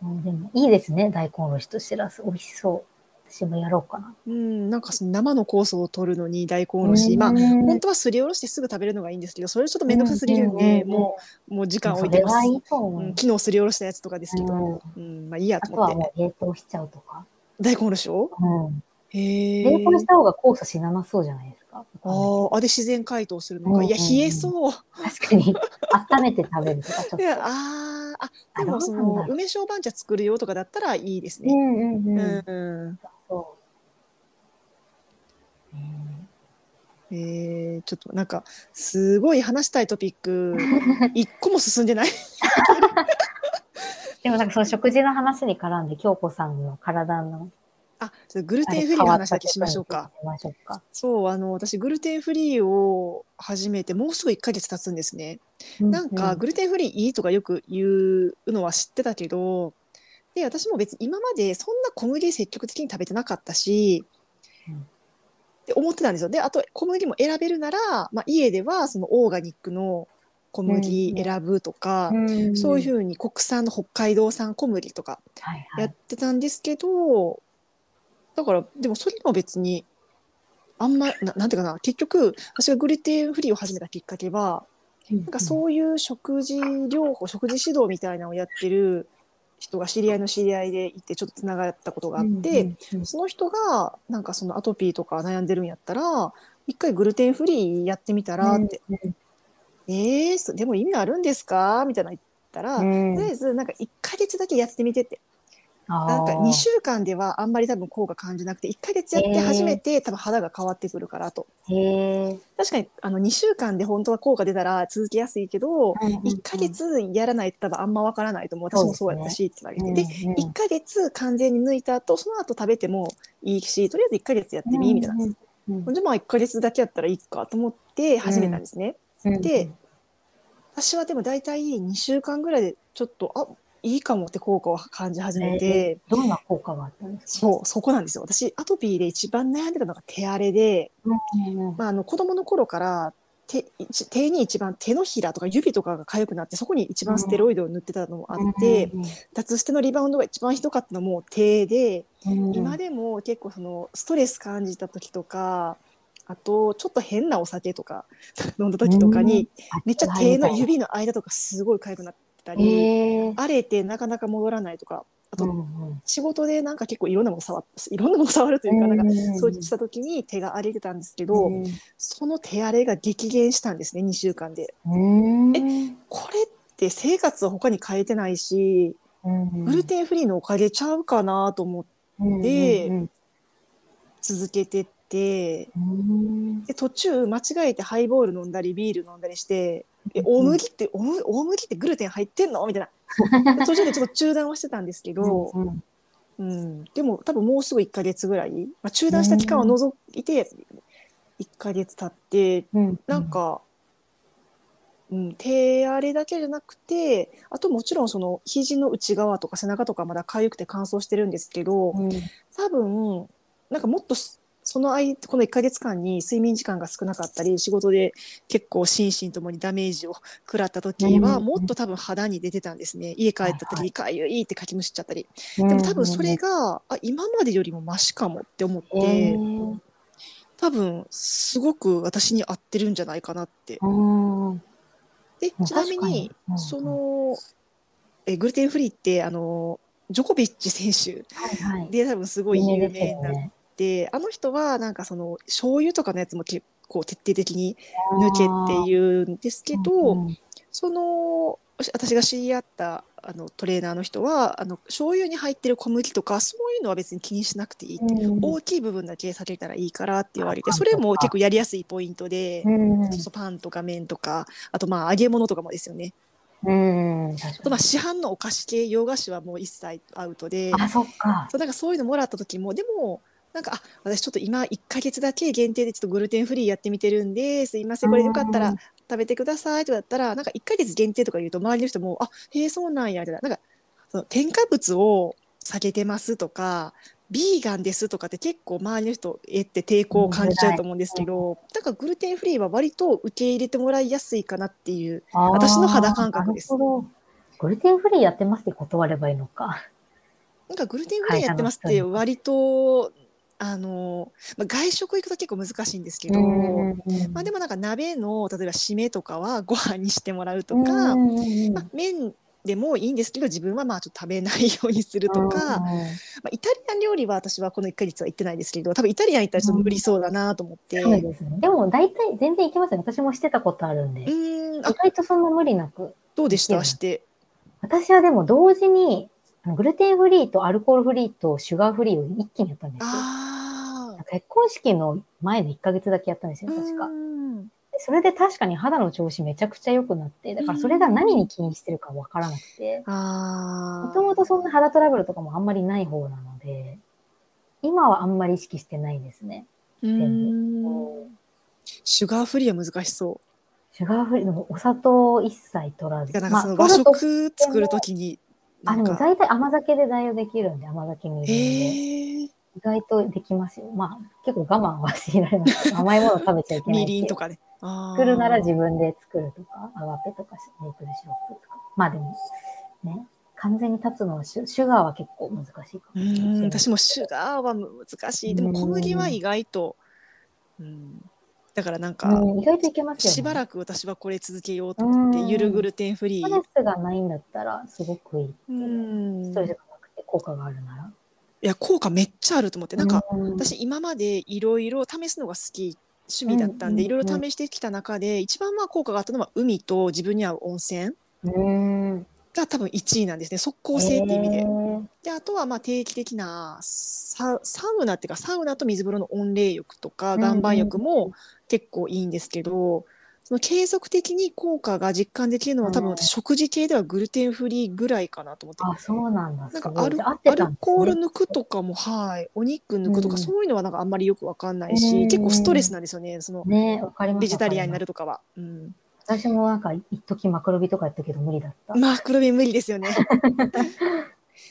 そうでもいいですね、大根おろしとしらす。美味しそ私もやろうかな。うん、なんかその生の酵素を取るのに大根おろし、まあ本当はすりおろしてすぐ食べるのがいいんですけどそれちょっと面倒くさすぎるんで、もうもう時時間間置置いいててま。ますすそれがいいと思う。うん、昨日すりおろしたやつとかですけど、うんまあいいやあとと思っはてもう冷凍しちゃうとか。大根おろしをうん、へ冷ー凍した方が酵素死ななそうじゃないですか。あーあで自然解凍するのか、うんいやうん冷えそう、確かに。温めて食べるとかちょっとい。やあーあであもそどうなんだのろう梅小番茶作るよとかだったらいいですうね、んうんうん。うんそう。ねえーちょっとなんかすごい話したいトピッ (laughs) ク一個も進んでないでもなんかその食事の話に絡んで、京子さんの体のあちょっとグルあテれンフリーの話だけしましょう変わかったことにしましょうか。そうあの私グルテンフリーを始めてもうすぐ1ヶ月経つんですねなんかグルテンフリーいいとかよく言うのは知ってたけどで私も別に今までそんな小麦積極的に食べてなかったし、うんって思ってたんですよであと小麦も選べるなら、まあ、家ではそのオーガニックの小麦選ぶとか、うんうん、そういうふううに国産の北海道産小麦とかに、はいはやいってたんですけど、だからでもそれも別にあんまななんていうかな結局私がグルテンフリーを始めたきっかけはなんかそういう食事療法、食事指導みたいなのをやってる人が知り合いの知り合いでいてちょっとつながったことがあって、うんうんその人がなんかそのアトピーとか悩んでるんやったら一回グルテンフリーやってみたらってうんうん「えーそでも意味あるんですか?」みたいなの言ったら、うんとりあえずなんか1ヶ月だけやってみてってななんか2週間ではあんまり多分効果感じなくて1ヶ月やって初めて多分肌が変わってくるからと。へえ。確かにあの2週間で本当は効果出たら続きやすいけど、1ヶ月やらないと多分あんまわからないと思う私もそうやったしって言われて、でうんうん1ヶ月完全に抜いた後その後食べてもいいしとりあえず1ヶ月やってうみんみたいな、うんでまあ1ヶ月だけやったらいいかと思って始めたんですね、うんで私はでも大体2週間ぐらいでちょっとあいいかもって効果を感じ始めて、どんな効果があったんですかそうそこなんですよ私アトピーで一番悩んでたのが手荒れで、うんまあ、あの子供の頃から手一手に一番手のひらとか指とかが痒くなってそこに一番ステロイドを塗ってたのもあって、脱してのリバウンドが一番ひどかったのも手で、うん今でも結構そのストレス感じた時とかあとちょっと変なお酒とか (laughs) 飲んだ時とかに、めっちゃ手の指の間とかすごい痒くなってたり、へえ。荒れてなかなか戻らないとかあとうんうん仕事でなんか結構いろんなもの触っいろんなもの触るというかなんかうん掃除した時に手が荒れてたんですけど、うんその手荒れが激減したんですね2週間で。うんこれって生活は他に変えてないし、グルテンフリーのおかげちゃうかなと思ってでうん続けてってうんで途中間違えてハイボール飲んだりビール飲んだりして「え大麦って大麦大麦ってグルテン入ってんの?」みたいな (laughs) で途中でちょっと中断はしてたんですけど。うんうんうん、でも多分もうすぐ1ヶ月ぐらい、まあ、中断した期間を除いて1ヶ月経ってうんなんか、うん、手荒れだけじゃなくてあともちろんその肘の内側とか背中とかまだ痒くて乾燥してるんですけどうん多分なんかもっとすその間この1ヶ月間に睡眠時間が少なかったり仕事で結構心身ともにダメージを食らった時はうんもっと多分肌に出てたんですね家帰った時にかゆいってかきむしっちゃったり。でも多分それが、あ今までよりもマシかもって思って、へえ多分すごく私に合ってるんじゃないかなって。うんでちなみに、確かにそのえグルテンフリーってあのジョコビッチ選はいは手いで多分すごい有名になって、あの人はなんかその醤油とかのやつも結構徹底的に抜けっていうんですけど、うんその私私が知り合ったあのトレーナーの人はあの醤油に入ってる小麦とかそういうのは別に気にしなくていい、うん大きい部分だけ避けたらいいからって言われてあそれも結構やりやすいポイントで、うんそうそうパンとか麺とかあとまあ揚げ物とかもですよねうんあとまあ市販のお菓子系洋菓子はもう一切アウトであそっかそうなんかそういうのもらった時もでもなんかあ私ちょっと今1ヶ月だけ限定でちょっとグルテンフリーやってみてるんですいませんこれよかったうらん食べてくださいとかだったらなんか1ヶ月限定とか言うと周りの人も「あへえそうなんや」みたいななんかその添加物を避けてますとかビーガンですとかって結構周りの人えって抵抗を感じちゃうと思うんですけどだからグルテンフリーは割と受け入れてもらいやすいかなっていうあー私の肌感覚ですなるほどグルテンフリーやってますって断ればいいのかなんかグルテンフリーやってますって割とあの、まあ、外食行くと結構難しいんですけど、まあ、でもなんか鍋の例えば締めとかはご飯にしてもらうとか、まあ、麺でもいいんですけど自分はまあちょっと食べないようにするとか、まあ、イタリアン料理は私はこの1か月は行ってないですけど多分イタリアン行ったらちょっと無理そうだなと思って、そうですね。でも大体全然行きますね。私もしてたことあるんで。意うんあ外とそんな無理なく。どうでしたして私はでも同時に、あのグルテンフリーとアルコールフリーとシュガーフリーを一気にやったんですよ。ああ結婚式の前の1ヶ月だけやったんですよ、確か。でそれで確かに肌の調子めちゃくちゃ良くなって、だからそれが何に起因してるかわからなくて、もあともとそんな肌トラブルとかもあんまりない方なので、今はあんまり意識してないですね。ーうんシュガーフリーは難しそうシュガーフリーでもお砂糖を一切取らてず。かなんかそのま和あ取ると食作るときにあ、なでんもか大体甘酒で代用できるんで、甘酒へに入れるえんで、意外とできますよ。まあ、結構我慢は強いられます。甘いもの食べちゃいけないみっていりうんとかねあー作るなら自分で作るとか、アワペとかメープルシロップとか。まあでも、ね、完全に立つのはシュ、シュガーは結構難しいかもしうれない。ん私もシュガーは難しいでも小麦は意外と、うん、だからなんか、うん意外といけますよね。しばらく私はこれ続けようと思って、うんゆるグルテンフリストレー、スがないんだったら、すごくいい。うん、スいトレスがなくて効果があるなら。や効果めっちゃあると思ってなんか、う、私今までいろいろ試すのが好き趣味だったんでうんいろいろ試してきた中で一番まあ効果があったのは海と自分に合う温泉うん、が多分1位なんですね即効性っていう意味で。えーであとはまあ定期的なササウナっていうかサウナと水風呂の温冷浴とかうん岩盤浴も結構いいんですけど、その継続的に効果が実感できるのは多分うん私食事系ではグルテンフリーぐらいかなと思って。あ、そうなんだ。なんすかごいアルじゃあ合ってアたルんですねコール抜くとかも、はい、お肉抜くとか、うんそういうのはなんかあんまりよくわかんないし、うん結構ストレスなんですよね、そのね、わかります。ベジタリアンになる。るとかは。うん、私もなんか、一時マクロビとかやったけど無理だった。まあ黒身無理です (laughs) よね。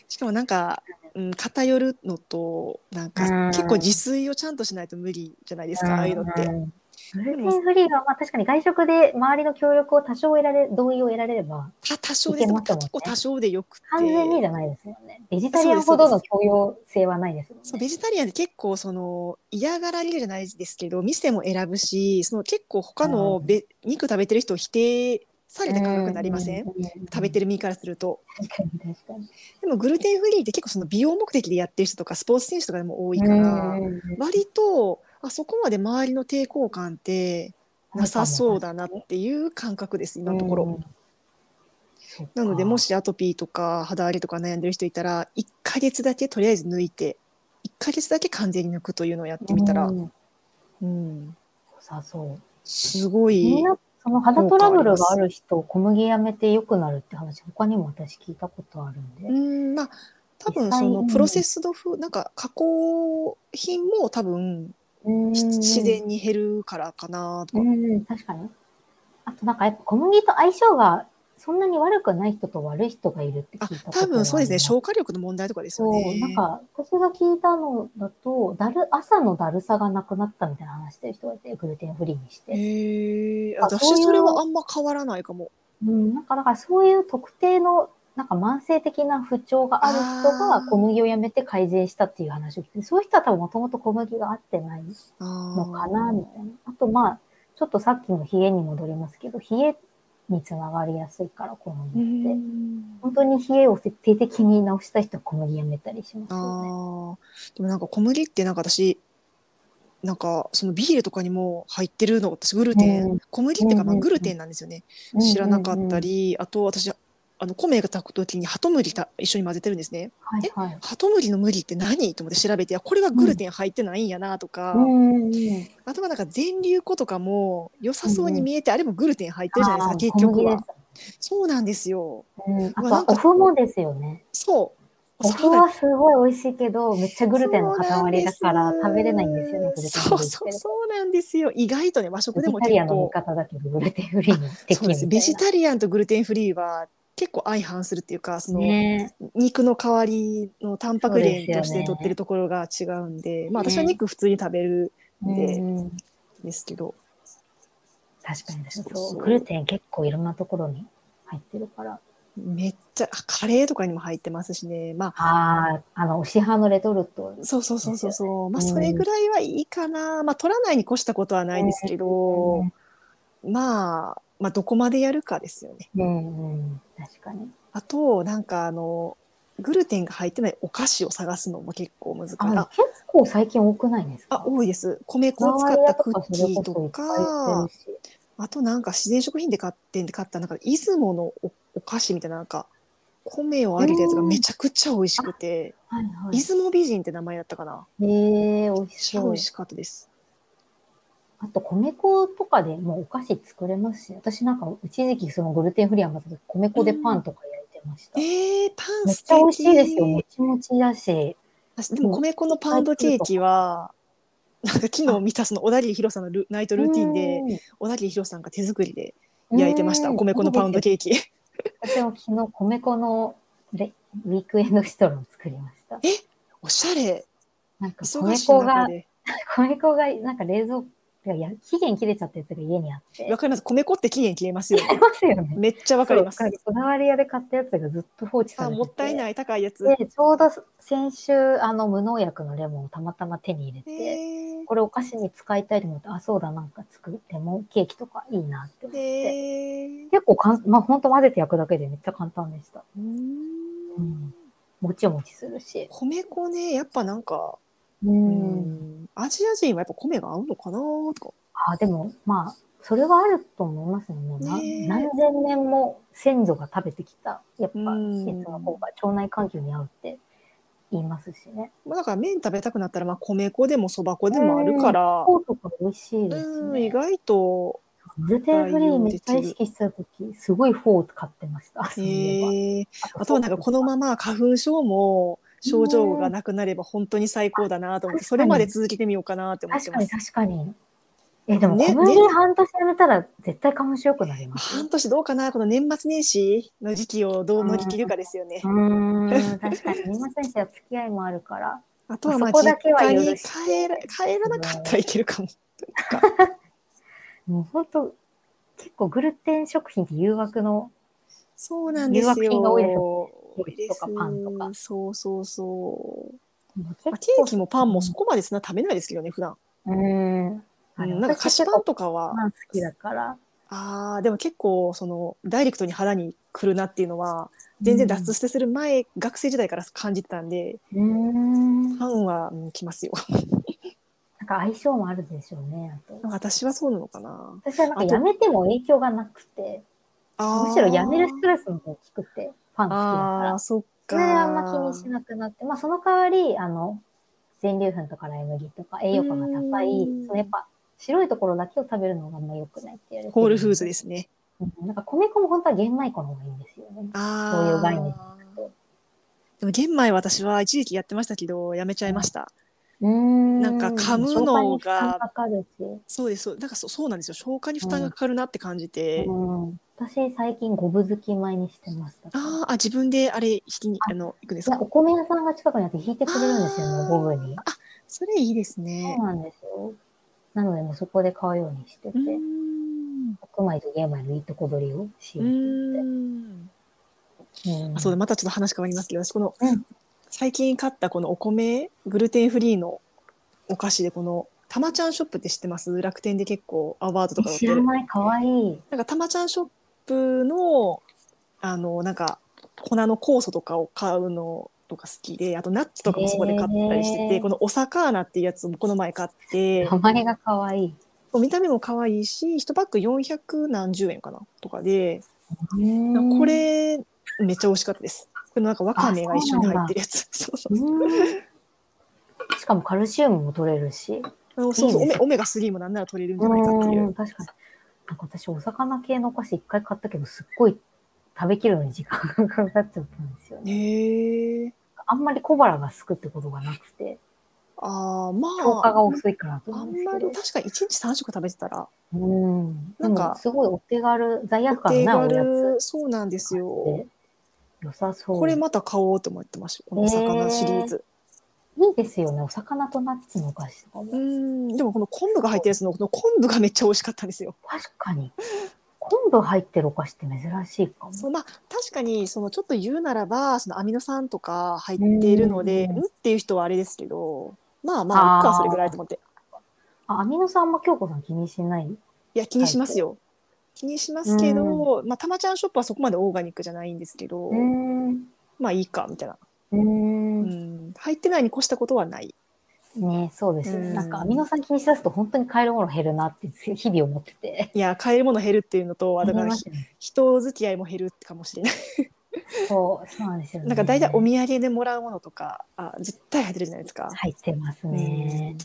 しかもなんか、うん、偏るのとなんうんか結構自炊をちゃんとしないと無理じゃないですか、ああいうのって。んグルテンフリーは、まあ、確かに外食で周りの協力を多少得られ、同意を得られれば、た多少ですいけね、ますもんね結構多少でよくて。完全にじゃないですよね。ベジタリアンほどの強要性はないですもんね。そうベジタリアンって結構その嫌がられるじゃないですけど店も選ぶしその結構他のべ、肉食べてる人を否定された感覚になりません、食べてる。る身からすると確かに確かに。でもグルテンフリーって結構その美容目的でやってる人とかスポーツ選手とかでも多いから、うん割とあそこまで周りの抵抗感ってなさそうだなっていう感覚です今のところ。。なのでもし、しアトピーとか肌荒れとか悩んでる人いたら1ヶ月だけとりあえず抜いて1ヶ月だけ完全に抜くというのをやってみたら、うん良うん、さそう。すごいみんな、その肌トラブルがある人、小麦やめて良くなるって話、他にも私聞いたことあるんで。うんまあ多分実際そのうんプロセスドフなんか加工品も多分し自然に減るからかなとうか、ん、確かに。あとなんかやっぱ小麦と相性がそんなに悪くない人と悪い人がいるってあ聞いたことが多ある分そうですね消化力の問題とかですよそう、ね。なんか私が聞いたのだと、だる、朝のだるさがなくなったみたいな話してる人がいて、グルテンフリーにして。へえあ私そういうそれはあんま変わらないかも。うん、なんかだからそういう特定のなんか慢性的な不調がある人あがー小麦をやめて改善したっていう話を聞いて、そういう人は多分もともと小麦が合ってないのかな、みたいな。あと、まあ、ちょっとさっきの冷えに戻りますけど、冷えにつながりやすいから、小う麦って。ん本当に冷えを徹底的に直したい人は小麦やめたりしますあよね。ーでもなんか小麦ってなんか私なんかそのビールとかにも入ってるの私グルテン、うん小麦っていうかうんまあうんうんグルテンなんですよね、知らなかったり、あと私あの米が炊く時にハトムギた一緒に混ぜてるんですねうんうんうん。はいはい。ハトムギの麦って何と思って調べてあこれがグルテン入ってないんやなとか、うんうんうんあとはなんか全粒粉とかも良さそうに見えて、あれもグルテン入ってるじゃないですか結あー局小麦はでそうなんですよすううん、あわとなはんかお麩もですよね。そうお麩はすごい美味しいけど、めっちゃグルテンの塊だから食べれないんですよね、グルテンフそうリーって。そうそうなんですよ。意外とね和食ベでジもタ結リアンの味構方だけど、グルテンフリーにできそうです。るベジタリアンとグルテンフリーは結構相反するっていうかその、ね。肉の代わりのタンパク源としそうですよてね取ってるところが違うんで、まあね私は肉普通に食べるんでうんうんですけど、確かに確かにそうそ。そううグルテン結構いろんなところに入ってるから。めっちゃあカレーとかにも入ってますしねまあああ、あの、牛派のレトルト。そうそうそうそうそう、まあうんそれぐらいはいいかな、まあ取らないに越したことはないですけど、まあまあどこまでやるかですよねうんうん、確かに。あとなんかあのグルテンが入ってないお菓子を探すのも結構難しいああ結構最近多くないですかあ多いです米粉を使ったクッキーとかそれこそいっぱい売ってるしあとなんか自然食品で買ってんで買ったなんか出雲のおお菓子みたいななんか米を揚げたやつがめちゃくちゃ美味しくて、はいは出雲美人って名前だったかな。い。えー、美味めしちゃそ美う味。しかったです。あと、米粉とかでもうお菓子作れますし、私なんか一時期そのグルテンフリー余った時、米粉でパンとか焼いてました。えー、パンめっ素ちゃ敵美味しいですよ。もちもちだし。私でも米粉のパウンドケーキは、なんか昨日見たその小田切ヒロさんのルナイトルーティンで、小田切ヒロさんが手作りでうん焼いてました。米粉のパウンドケーキ。私も昨日米粉のレウィークエンドシトロン作りました。 (laughs) おしゃれ。なんか忙米しい粉が中、で。米粉がなんか冷蔵庫がや期限切れちゃったやつが家にあって。わかります。米粉って期限切れますよね。ありますよね。めっちゃわかりまそすう。こだわり屋で買ったやつがずっと放置されあ、ててもったいない高いやつ。で、ちょうど先週、あの、無農薬のレモンをたまたま手に入れえて、これお菓子に使いたいと思って、あ、そうだ、なんか作ってもケーキとかいいなって思ー、って。えー結構かん、まあ、ほんと混ぜて焼くだけでめっちゃ簡単でした。うーんうん。もちもちするし。米粉ね、やっぱなんか、う。うんん、アジア人はやっぱ米が合うのかなとか。あ、でも、まあ、それはあると思いますね。もうなねえ何千年も先祖が食べてきた、やっぱ、うんやつの方が腸内環境に合うって言いますしね。まあ、だから麺食べたくなったら、まあ、米粉でもそば粉でもあるから、コートとか美味しいですうん、ね意。外と、グルテンフリーめっちゃ意識したとき、すごいフォー買ってました。そういえばえー、あとはなんかこのまま花粉症も症状がなくなれば本当に最高だなと思って、ねそれまで続けてみようかなって思って確まかにす。確かに。え、でもね小麦半年やめたら絶対花粉症良くな (laughs) ります。半年どうかなこの年末年始の時期をどう乗り切るかですよねう。ーん、確かに。年末年始は付き合いもあるから。あとはまあそこ実だけは家に許して帰ら帰らなかったらいけるかも。もう本当結構グルテン食品って誘惑の、そうなんですよ。誘惑品が多いですね多いですケーキとかパンとかそうそうそう。もう結構まあ、ケーキもパンもそこまでそんな食べないですけどね普段。うーん。あうれん、なんか菓子パン私結とかは構。パン好きだから。ああでも結構そのダイレクトに腹に来るなっていうのは全然脱出してする前、学生時代から感じてたんでうん。うーんパンは、うん、来ますよ (laughs) なんか相性もあるでしょうね。あと私はそうなのかな私はなんかあとやめても影響がなくて、あーむしろやめるストレスの方が大きくて、ファン好きだからあー。そっそかれはあんま気にしなくなって、まあその代わり、あの、全粒粉とかライ麦とか栄養価が高いうん、そのやっぱ白いところだけを食べるのがあんま良くないって言われてる。ホールフーズですねうんなんか米粉も本当は玄米粉の方がいいんですよね。あそういう概念でも玄米は私は一時期やってましたけどやめちゃいました、うんなんか噛むのが消化に負担かかるし、そうですそうなんかそそうなんですよ消化に負担がかかるなって感じて、うん、私最近五分づき米にしてました。あーあ自分であれ引きにあの行くんですいやかお米屋さんが近くにあって引いてくれるんですよあーね、五分に。それいいですそねうなんですよ。なのでもうそこで買うようにしててう、ん白米と玄米のいいとこ取りをしうようとー思んって。んあそうだまたちょっと話変わりますけど私この、うん最近買ったこのお米グルテンフリーのお菓子でこのたまちゃんショップって知ってます楽天で結構アワードとか売っ知てらるなない、かわいい。んかたまちゃんショップのあのなんか粉の酵素とかを買うのとか好きであとナッツとかもそこで買ったりしてて、へーこのお魚っていうやつもこの前買って名前がかわいい。見た目も可愛いし1パック400何十円かなとかでこうれめっちゃ美味しかったです。これなんかわかめが一緒に入ってるやつ。そうそうーん。しかもカルシウムも取れるし。そうそうそうオいいでメすオメガ3もなんなら取れるんじゃないかっていうう。ん、確かに。なんか私、お魚系のお菓子一回買ったけど、すっごい食べきるのに時間がかかっちゃったんですよね。へえ。あんまり小腹がすくってことがなくて、ああま消化あが。遅いかなと思あうんんですまけりど。確かに一日三食食べてたらうん。でなんかも、すごいお手軽、罪お悪感手ないおや軽つそうなんですよ。で良さそう。これまた買おうと思ってました。このお魚シリーズ。いいですよね。お魚とナッツのお菓子とかも。うん。でもこの昆布が入ってるやつのこの昆布がめっちゃ美味しかったんですよ。確かに。昆布入ってるお菓子って珍しいかも。そうまあ、確かにそのちょっと言うならばそのアミノ酸とか入っているのでうんうんっていう人はあれですけどまあまあいっあーかそれぐらいと思ってあ、アミノ酸は京子さん気にしない。いや気にしますよ気にしますけど、まあ、たまちゃんショップはそこまでオーガニックじゃないんですけど、ん。まあいいかみたいな、うんうん、入ってないに越したことはないねそうです、うんなんかアミノ酸気にしだすと本当に帰るもの減るなって日々思ってて。いや買えるもの減るっていうのとあだか思らいまひすね人付き合いも減るかもしれないそう、そうなんですよ、ね。なんか大体お土産でもらうものとかあ絶対入ってるじゃないですか、入ってますうねん。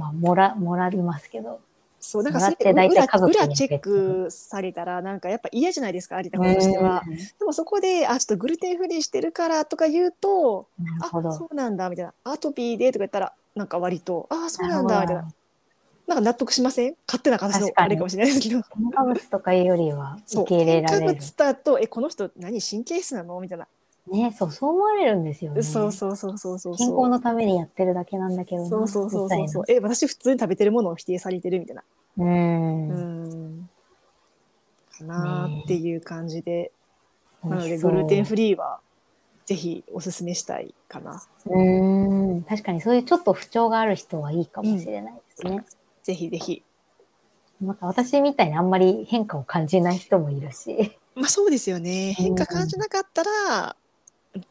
まあ、もら、もらいますけど。そうなんかそれってもらって大体裏家族に裏チェックされたらなんかやっぱ嫌じゃないですかありたことしては、うんでもそこであちょっとグルテンフリーしてるからとか言うとなるあほど。そうなんだみたいなアートピーでとか言ったらなんか割とあそうなんだみたいなるななんか納得しません勝手な形の確かにあれかもしれない (laughs) ですけど添加物とかいうよりはそう受け入れられ添加る。物だとえこの人何神経質なのみたいな、ね、そう、そう思われるんですよね。そうそうそうそうそう健康のためにやってるだけなんだけどなそうそうそうみたいそうなそうえ私普通に食べてるものを否定されてるみたいなう。うんんかなーっていう感じで、美なの味でしそグうルテンフリーはぜひおすすめしたいかなうん。確かにそういうちょっと不調がある人はいいかもしれないですね。ぜひぜひなんか私みたいにあんまり変化を感じない人もいるし。まあそうですよね変化感じなかったら、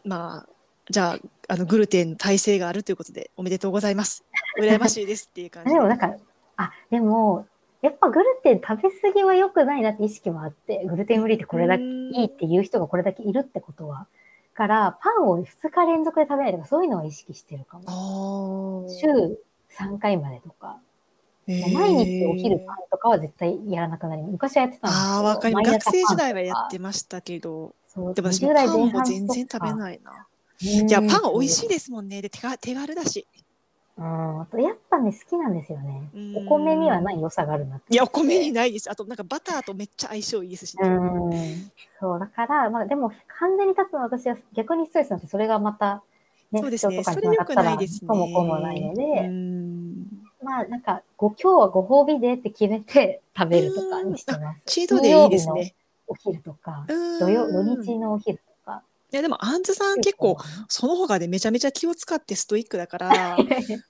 まあじゃああのグルテンの耐性があるということでおめでとうございます羨ましいですっていう感 (laughs) でじでもなんか、あ、でも、やっぱグルテン食べ過ぎは良くないなって意識もあって、グルテンフリーってこれだけういんいっていう人がこれだけいるってことは。から、パンを2日連続で食べないとか、そういうのは意識してるかも。あ週3回までとか、もう毎毎日お昼パンとかは絶対やらなくなります。昔はやってたんですけど。あーわかります毎学生朝パン時代はやってましたけどそうでも私も20パ代ン前も半全然食べい。ないなうんいやパン美味しいですもんねで手が手軽だしうん、あとやっぱね、好きなんですよねう。んお米にはない良さがあるなって。いやお米にないですあとなんかバターとめっちゃ相性いいですし、ねうん。そう、だから、まあでも完全に立つのは私は逆にストレスなんで、それがまた、ね、そうですね不調そとれかに良なくがったなら、いですねともこもないので、うんまあなんか、ご、今日はご褒美でって決めて (laughs) 食べるとかにしてます。チートでいいですねお昼とか、うん土曜、土日のお昼とか。いやでもあんずさん結構その他でめちゃめちゃ気を使ってストイックだから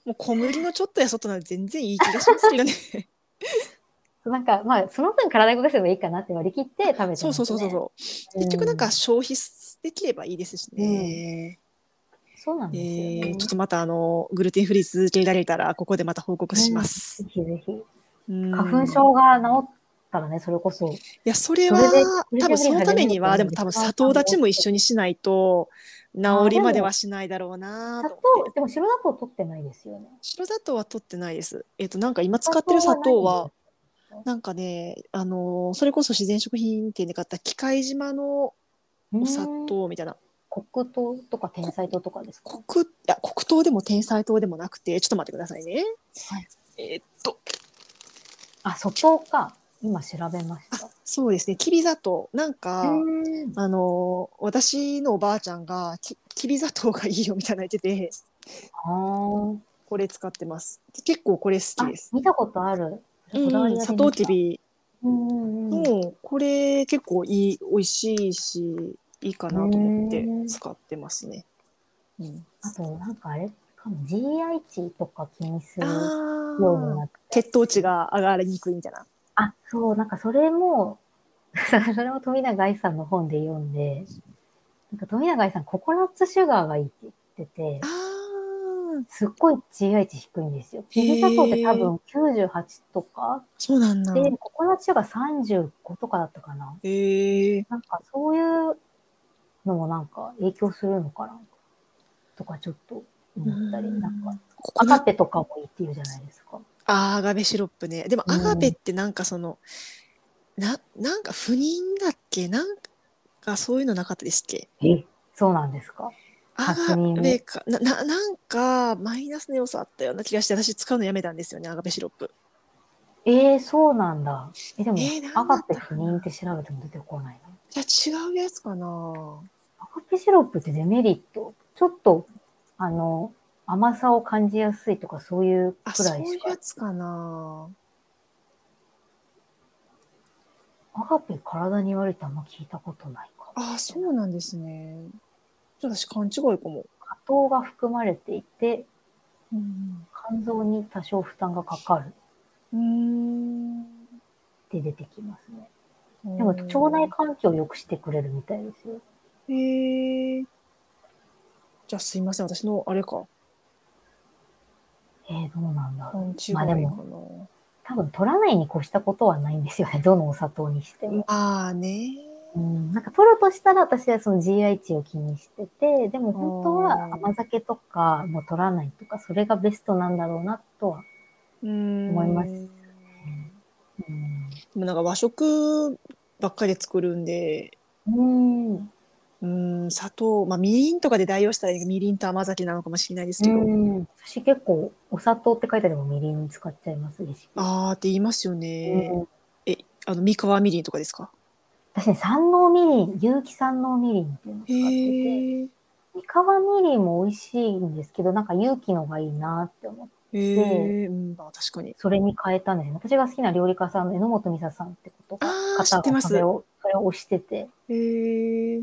もう小麦のちょっとやそっとなら全然いい気がします (laughs) けどね (laughs) なんか、まあ、その分体動かせばいいかなって割り切って食べてます、ね。そうそうそうそうそう、結局なんうか消費できればいいですしね、そうなんですよ、ねえーちょっとまたあのグルテンフリー続けられたらここでまた報告します、ぜひぜひ。うん花粉症が治ったらね、それこそ。いやそれはそれで多分そのためにはグでルもテン多フリー分砂糖立ちも一緒にしないと治りまではしないだろうな砂と糖思って、でも白砂糖取ってないですよね。白砂糖は取ってないですえっ、となんか今使ってる砂糖はなんかねあのーそれこそ自然食品店で買った機械島のないんおですか、砂うん。糖みたいな黒糖とか天才糖とかですか。黒いや黒糖でも天才糖でもなくてちょっと待ってくださいね、はいえーっとあ、素糖か。今調べました。そうですねきび砂糖なんか、うんあのー私のおばあちゃんがききび砂糖がいいよみたいなの言っててあーこれ使ってます結構これ好きあです、見たことある。こだわうん、りあります砂糖き。びうんうんうん。もうこれ結構いい美味しいしいいかなと思って使ってますね、うん、あと、なんかあれかも、GI 値とか気にするよあうにーなって。血糖値が上がりにくいみたいな。あ、そう、なんかそれも、 (laughs) それも富永愛さんの本で読んで、なんか富永愛さん、ココナッツシュガーがいいって言ってて、すっごい GI 値低いんですよ。へーきび砂糖って多分98とか、そうなんだ。で、ココナッツシュガー35とかだったかな。えなんかそういうのもなんか影響するのかなとかちょっと思ったり、うんなんか、ココアナガッツペとかもいいっていうじゃないですか。あーアガベシロップね。でもうんアガベってなんかその、ななんか不妊だっけなんかそういうのなかったですっけえそうなんですか。ア初ガ耳ベかなななんかマイナスの要素あったような気がして私使うのやめたんですよねアガベシロップ。ええそうなんだ。え、でも、えーなんだアガペ不妊って調べても出てこないな。いや違うやつかな。アガペシロップってデメリット、ちょっと、あの、甘さを感じやすいとかそういうあくそらういいしうかや。つかな。アガペ体に悪いってあんま聞いたことないかも。ああ、そうなんですね。ちょっと私勘違いかも。果糖が含まれていて、うん。肝臓に多少負担がかかるって出てきますね。でも腸内環境を良くしてくれるみたいですよ。へえ。じゃあすいません、私のあれか。えー、どうなんだろう。勘違いまかあなで。も多分取らないに越したことはないんですよね。どのお砂糖にしても。ああね。うん、なんか取るとしたら私はその GI 値を気にしてて、でも本当は甘酒とかも取らないとか、それがベストなんだろうなとは。うん。思いますでうんもなんか和食ばっかり作るんで、うん。うん、砂糖、まあ、みりんとかで代用したらみりんと甘酒なのかもしれないですけど、うん。私結構お砂糖って書いてあればみりん使っちゃいますレシピあーって言いますよね。うんえ、あの、三河みりんとかですか私ね、三能みりん、有機三能みりんっていうのを使へってて、え。三河みりんも美味しいんですけど、なんか有機のがいいなって思って、へえ、うん、まあ確かに。それに変えたんですよ。私が好きな料理家さんの榎本美沙さんってことあー知っ方てまがすそれを、それを推してて、へえ。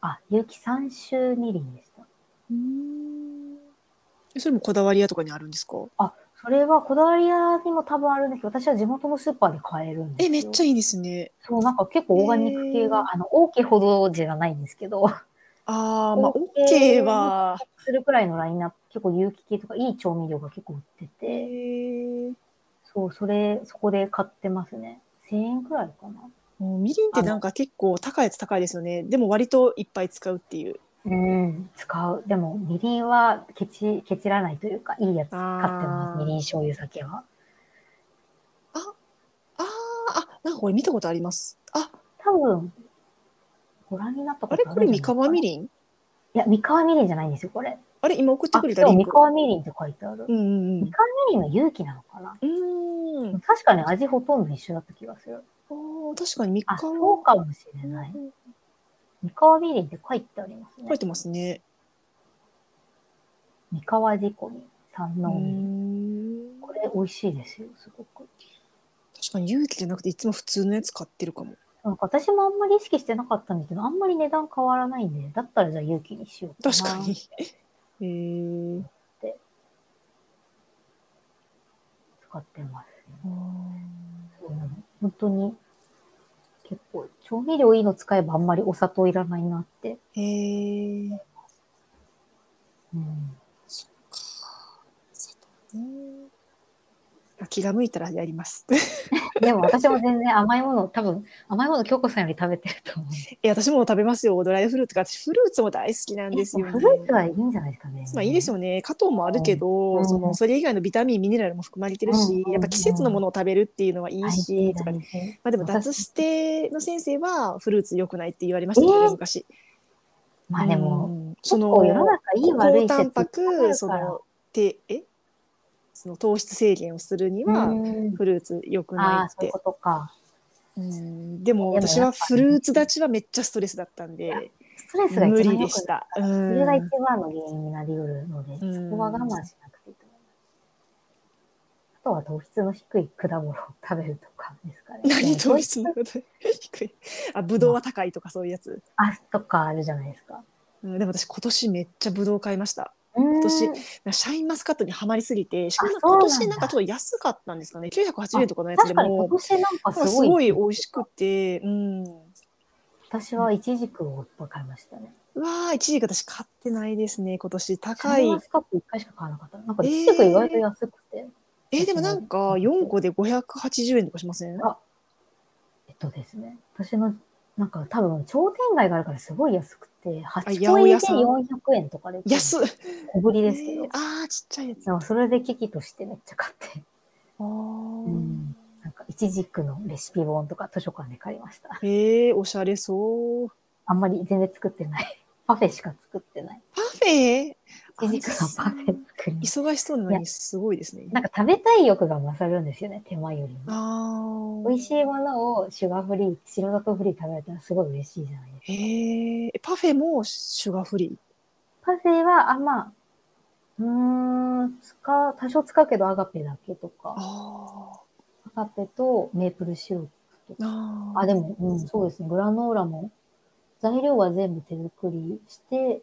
あ、有機三種みりんでした。うん。それもこだわり屋とかにあるんですかそれはこだわり屋にも多分あるんですけど、私は地元のスーパーで買えるんですえ、よ。めっちゃいいですね。そう、なんか結構オーガニック系へがー、あの、大きいほどじゃないんですけど、ああ、まあ、オッケ OK ーは。するくらいのラインナップ、結構有機系とかいい調味料が結構売ってへて、え。そう、それ、そこで買ってますね。1000円くらいかな。もうみりんってなんか結構高いやつ高いですよね。でも割といっぱい使うっていう。うん、使う。でも、みりんはケチ、ケチらないというか、いいやつ買ってあーます。みりん醤油酒は。あーあ、なんかこれ見たことあります。あ、多分、ご覧になったあこれとあこるれんじ三ゃないですか河みりんいや、三河みりんじゃないんですよ、これ。あれ今送ってあ、くれでたリもン三ク。河みりんって書いてある。うんうんうん三。河みりんは勇気なのかなうーん。確かに味ほとんど一緒だった気がする。ああ、確かに三あ、河。そうかもしれない。三河みりんって書いてありますね書い。てますね。三河仕込み、う三ー能みりん。ん。これ美味しいですよ、すごく。確かに勇気じゃなくていつも普通のやつ買ってるかも。なんか私もあんまり意識してなかったんですけど、あんまり値段変わらないんで、だったらじゃあ勇気にしようかな。確かに。。へえ。使ってます。あーうん本当に、結構、調味料いいの使えばあんまりお砂糖いらないなって。へえ。うん、そっか。砂糖ねあ気が向いたらやります。 (laughs) でも私も全然甘いもの、多分、甘いもの京子さんより食べてると思う。いや私も食べますよドライフルーツが私フルーツも大好きなんですよ、ねフ、ルーツはいいんじゃないですかね。まあいいですよね加糖もあるけど、うんそのそれ以外のビタミンミネラルも含まれてるし、うんやっぱ季節のものを食べるっていうのはいい大し、事。とか大ま事あでも脱私しての先生はフルーツ良くないって言われましたけど、えー昔まあでも、うん結その構世の中いい悪高いタ説ンいパっぱいあるからクそのてえその糖質制限をするには、うんフルーツ良くあないあ、っそういてうことか。うんでもでも私やはっぱフルーツ立ちはめっちゃストレスだったんでストレスが一無番理良くなでいした。そうんれが一番の原因になりうるので、んそこは我慢しなくていいと思います。あとは糖質の低い果物を食べるとかですかね。何糖で質ものこと低いあぶどうは高いとかそういうやつ、あ、とかあるじゃないですか。うん、でも私今年めっちゃぶどう買いました今年シャインマスカットにはまりすぎてしかもあそ今うなんだ年なんかちょっと安かったんですかね980円とかのやつで確かに今も年なんなかんすかごい。すごい美味しくてうんう私はイチジクをいっぱい買いましたね。わー一時期私買ってないですね今年高いシャインマスカット1回しか買わなかった。なんかイチジク意外と安くて。えーでもなんか4個で580円とかしませんあえっとですね、私の、なんか多分、商店街があるからすごい安くて、8個入りで400円とかで、安っ小ぶりですけど、あーちっちゃいやつなんかそれで危機としてめっちゃ買って、あー、んなんか、イチジクのレシピ本とか図書館で借りました。えー、おしゃれそうあんまり全然作ってない。 (laughs) パフェしか作ってない。パフェイチジクのパフェ作り。忙しそうなのにすごいですね。なんか食べたい欲が勝るんですよね、手前よりも。ああ。美味しいものをシュガーフリー、白砂糖フリー食べれたらすごい嬉しいじゃないですか。へえ。パフェもシュガーフリパフェは、あ、まあ、うーん、使う、多少使うけど、アガペだけとー。か、ああ。アガペとメープルシロッけど。あーあ、でも、うん、そうですね。グラノーラも、材料は全部手作りして、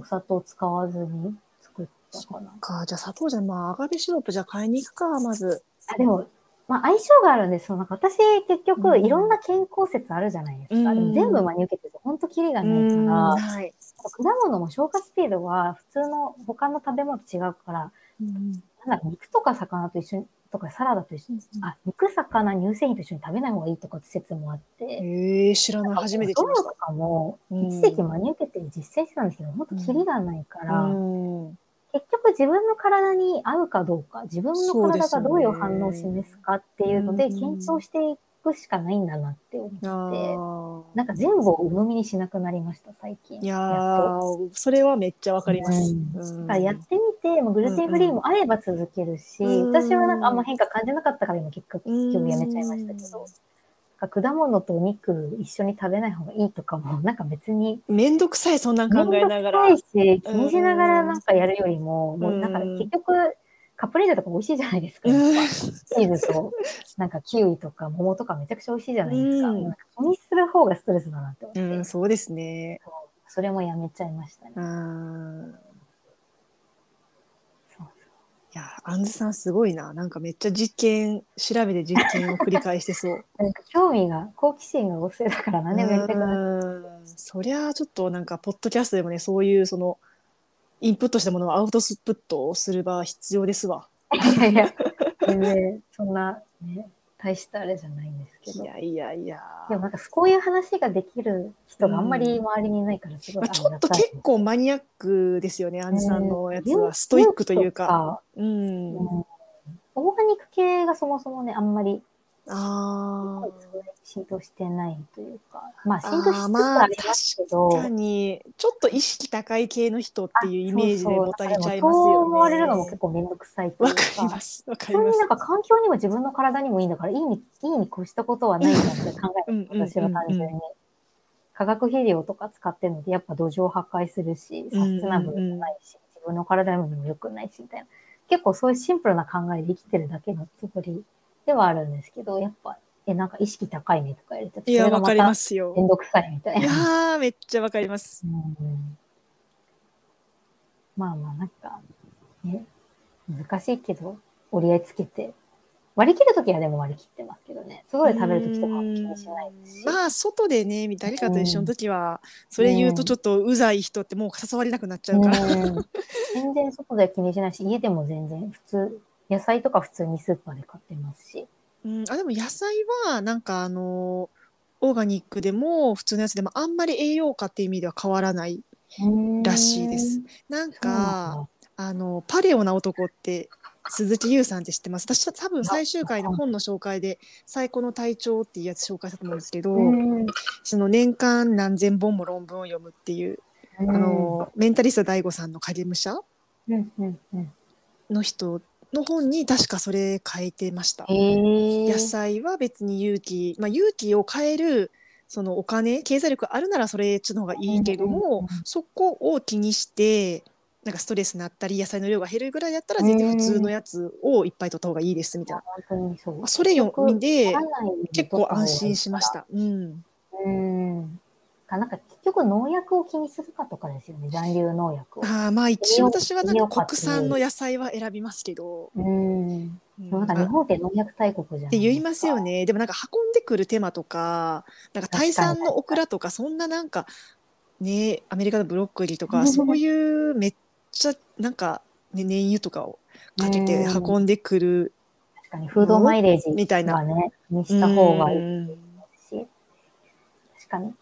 お砂糖使わずに作ったかな。かじゃあ砂糖じゃまあアガベシロップじゃ買いに行くかまずあでも、まあ、相性があるんですその私、結う局、んいろんな健康説あるじゃないですか。うんでも全部真に受けてると、本当キリがうないかんら、はい、果物も消化スピードは普通の他の食べ物と違うから、うんなんだろう肉とか魚と一緒に、とかサラダと一緒に、あ、肉、魚、乳製品と一緒に食べない方がいいとかって説もあって、えー、知らない初めて聞きまドしロとかも、うん一時期真に受けて実践してたんですけど、本当キリがないかた。ら、うん結局自分の体に合うかどうか、自分の体がどういう反応をそうですよね示すかっていうので、うん検討していくしかないんだなって思あって、ーなんか全部を鵜呑みにしなくなりました、最近。いややっとーそれはめっちゃわかります。ううんだからやってみて、もうグルテンフリーもあれば続けるし、うん私はなんかあんま変化感じなかったから今結局今日やめちゃいましたけど、なんか果物とお肉一緒に食べない方がいいとかも、なんか別にめんどくさいそんなん考えながら。めんどくさいし、気にしながらなんかやるよりも、もうなんか結局、カプレーゼとか美味しいじゃないですか。うんやっぱチーズと、 (laughs) なんかキウイとか桃とかめちゃくちゃ美味しいじゃないですか。うんなんか気にする方がストレスだなって思って、うん、そうですね。それもやめちゃいましたね。うん。そういや、あんずさんすごいな。なんかめっちゃ実験、調べて実験を繰り返してそう。なんか興味が、好奇心が旺盛だから (laughs) 何でもやりたくなる。うんそりゃあちょっとなんかポッドキャストでもねそういうそのインプットしたものをアウトプットをする場は必要ですわ。い (laughs) やいや、全然そんな、ね、大したあれじゃないんですけいど。やいやいや。でもなんかこういう話ができる人があんまり周りにいないからすごまいああ、りちょがっとたい結構マニアックですよね、アンジさんのやつは。ストイックというか。うん。うんオーガニック系がそもそもね、あんまりあ浸透してないというか、まああー浸透しつつありますけど、あ。確かに、ちょっと意識高い系の人っていうイメージで持たれちゃいますそうそうよね。思われるのも結構めんどくさいといわうかりまか、す。わか普り通まにすなん。か環境にも自分の体にもいいんだから、いいに、いいに越したことはないなって考えうんうんうんうん私は単純に。化学肥料とか使ってるので、やっぱ土壌破壊するし、サステナブルじゃないし、自分の体にも良くないし、みたいな。結構そういうシンプルな考えで生きてるだけのつもりではあるんですけど、やっぱ、え、なんか意識高いねとか言われて、いや、それがわまかりまたすよめ。んどくさいみたいいやな。ー、めっちゃわかります。うんまあまあ、なんか、ね、難しいけど、折り合いつけて、割り切るときはでも割り切ってますけどね、すごい食べるときとかも気にしないですし。まあ、外でね、誰かと一緒の時は、それ言うとちょっとうざい人ってもう誘われなくなっちゃうから。うん全然外では気にしないし、家でも全然普通、野菜とか普通にスーパーで買ってますし。うん、あでも野菜はなんかあのオーガニックでも普通のやつでもあんまり栄養価っていう意味では変わらないらしいです。なんそうかなんだ。あのパレオな男って鈴木優さんって知ってます私は多分最終回の本の紹介で「最高の体調」っていうやつ紹介したと思うんですけど、うんその年間何千本も論文を読むっていう、あ、のメンタリスト DAIGO さんの影武者うんうんうん。の人の本に確かそれ書いてました。へえ。野菜は別に勇気、まあ、勇気を変えるそのお金経済力あるならそれっちの方がいいけども、うんうんそこを気にしてなんかストレスになったり野菜の量が減るぐらいだったら全然普通のやつをいっぱい取った方がいいですみたいな、本当にそうまあ、。それ読みで取らないように結構安心しまし。た。うん、うん。かなんか結局農薬を気にするかとかですよね、残留農薬を。あーまあ一応私はなん栄養価かって国いう産の野菜は選びますけど、うん。うんなんか日本って農薬大国じゃっなていですか。言いますよ。ねでもなんか運んでくる手間とかなんかタイ産のオクラとかそんななんかねアメリカのブロッコリーと (laughs) かそういうめっちゃなんか、ね、燃油とかをかけてうん運んでくる確かに、フードマイレージみたいなはね、にした方がいい。うんし、確かに。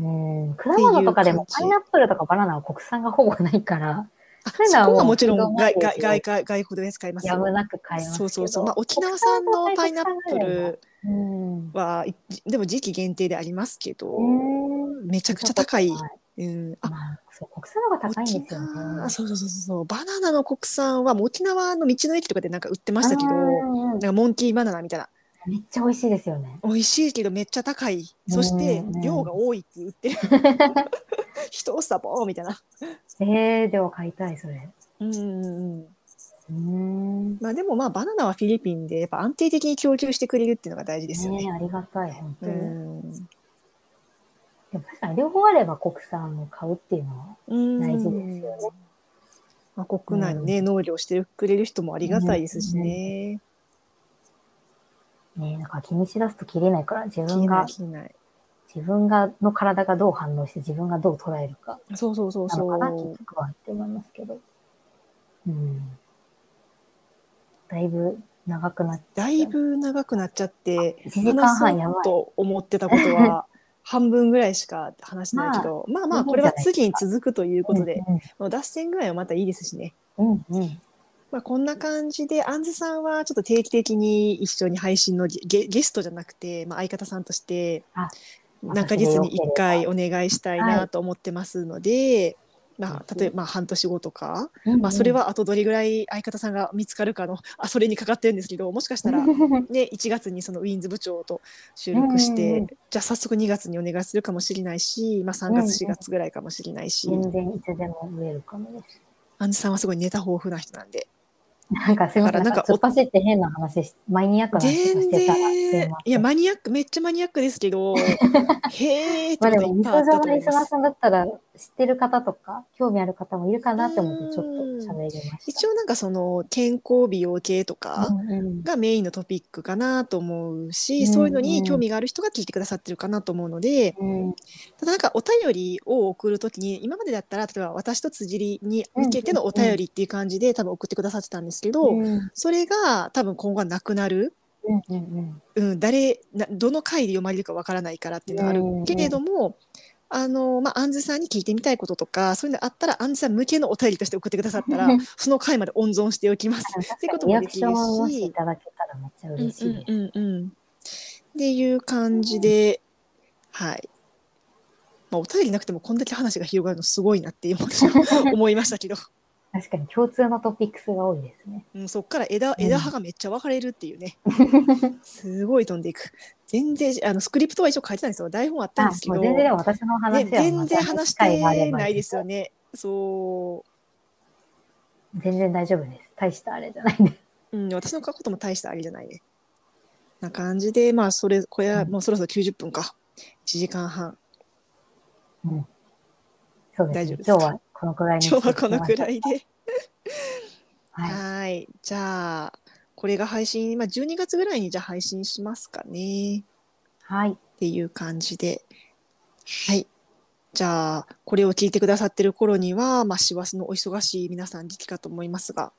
うん、果物とかでもってパいう感じイナップルとかバナナは国産がほぼないから、あそういうそのはもうこはもちろん外フードマイレー外ジ外外外国で使いますやむよなく買えますけそど。うそうそう、まあ、沖縄産のパイナップルうん。はいでも時期限定でありますけど、うんめちゃくちゃ高い、うん、あまあ、そう、国産の方が高いんですよね。沖縄そうそうそうそうバナナの国産はもう沖縄の道の駅とかでなんか売ってましたけどうんうんなんかモンキーバナナみたいなめっちゃ美味しいですよね。美味しいけどめっちゃ高いそしてうんうん量が多いって言 (laughs) ってる人をサボーみたいなえー、では買いたい、それ。うんうんうんうーん。ねまあでもまあバナナはフィリピンでやっぱ安定的に供給してくれるっていうのが大事ですよね。えありがたい、本当うに。んでも確かに両方あれば国産を買うっていうのはうん大事ですよね。まあ、国内のね、農業してくれる人もありがたいですしね。ね、なんか気にしだすと切れないから、自気に分ながい、気にない。自分が、の体がどう反応して、自分がどう捉えるかそうそうそうなのかな、そ結局はって思いますけど。うん。だいぶ長くなっう。だいぶ長くなっちゃって、 1時間半話やばそうい。と思ってたこと (laughs) は半分ぐらいしか話してないけど、まあまあこれは次に続くということで、もう脱線具合はまたいいですしね。うんうん。うんうん。まあ、こんな感じで、アンズさんはちょっと定期的に一緒に配信のゲゲゲストじゃなくて、まあ、相方さんとしてあ、何ヶ月に1私で回よお願いしたいなと思ってますので、まあ、例えばまあ半年後とか、まあ、それはあとどれぐらい相方さんが見つかるかの、あ、それにかかってるんですけど、もしかしたら、ね、1月にそのウィンズ部長と収録しうんうんうてん、じゃあ早速2月にお願いするかもしれないし、まあ、3うんうん月、4月ぐらいかもしれないし、 (laughs) 全然いつでも植えるかもです。アンズさんはすごいネタ豊富な人なんで。なんかすいませだん、からななんんかか突っ走って変な話し、マニアックな話し全てたら、然いやマニアックめっちゃマニアックですけ (laughs) どへえってまあこでとも、いっみぱいそあっじゃたとの思リいスまナーすさんだったら、知ってる方とか、興味ある方もいるかなって思って、ちょっと喋りました。一応なんかその健康美容系とかうんうんがメインのトピックかなと思うし、うんそういうのに興味がある人が聞いてくださってるかなと思うのでうんただなんかお便りを送るときに今までだったら例えば私と辻りに向けてのお便りっていう感じで多分送ってくださってたんですけど、うんうんそれが多分今後はなくなる。うんうん、誰などの回で読まれるかわからないからっていうのはあるうんけれども、あのまあ、アンズさんに聞いてみたいこととかそういうのあったらアンズさん向けのお便りとして送ってくださった (laughs) らその回まで温存しておきます確かってことにもリアでクきシるョンをもしいしただけたらめっちゃ嬉しいです。うんうんうんうんっていう感じで、はい、まあ、お便りなくてもこんだけ話が広がるのすごいなっ (laughs) て今思いましたけど、確かに共通のトピックスが多いですね。うん、そっから枝枝葉がめっちゃ分かれるっていうね、すごい飛んでいく全然あのスクリプトは一応書いてたんですよ台本あったんあですけもどう全然でも私の話ね、は、全然話してないですよ。ね。そ全然大丈夫です。大したあれじゃないんで。う、うん、私の書くことも大したあれじゃないね。な感じで、まあ、それ、これはうんもうそろそろ90分か。1時間半。そうです,、ね、大丈夫ですか今日はこのくらいに今日はこのくらい。いで。はい。はい。じゃあ、これが配信、まあ、12月ぐらいにじゃあ配信しますかね。はい。っていう感じで。はい。じゃあ、これを聞いてくださってる頃には、まあ、師走のお忙しい皆さん時期かと思いますが、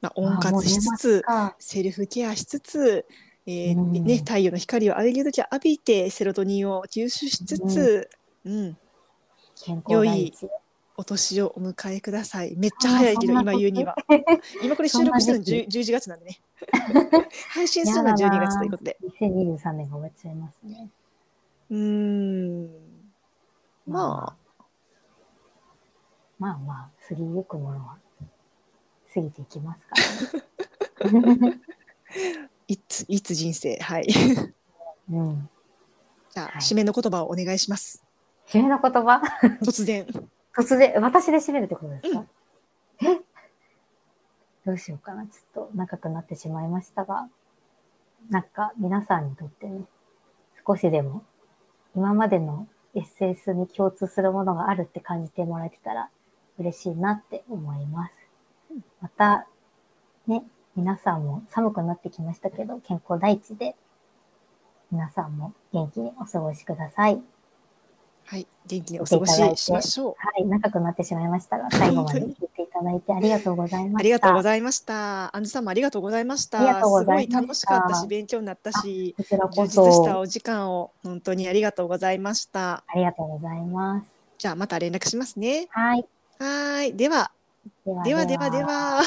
まあ、温あもう活年しつ末つ、かセルフケアしつつ、えーうんね、太陽の光を浴びるときは浴びてセロトニンを吸収しつつ、うん健康第一。お年をお迎えくださいめっちゃ早いけどあーそん今な言う (laughs) には今これ収録してるのそんな10 11月なん (laughs) でね配信するのはやだ12な月ということで2023年が終わっちゃいますね。うーんままあまあ、過ぎゆくものは過ぎていきますからね。あいついつ人生はい (laughs) うん。じゃあはい締めの言葉をお願いします締めの言葉突然突然、私で締めるってことですか、うえどうしようかな。ちょっと長くなってしまいましたが、なんか皆さんにとってね、少しでも今までの SS に共通するものがあるって感じてもらえてたら嬉しいなって思いますうん。また、ね、皆さんも寒くなってきましたけど、健康第一で、皆さんも元気にお過ごしください。はい元気にお過ごししましょはい、長くなってしまいましたが、最後まで聞いていただいてありがとうござい (laughs) うました。ありがとうございざいましたアンズさんもありがとうございましありたがすとうございごまいした楽しかったし勉強になったします。こちら充こ実したそ、お時間を本当にありがとうございました。ありがとうございます。じゃあまた連絡しますね。はい。はーい。では、ではではでは。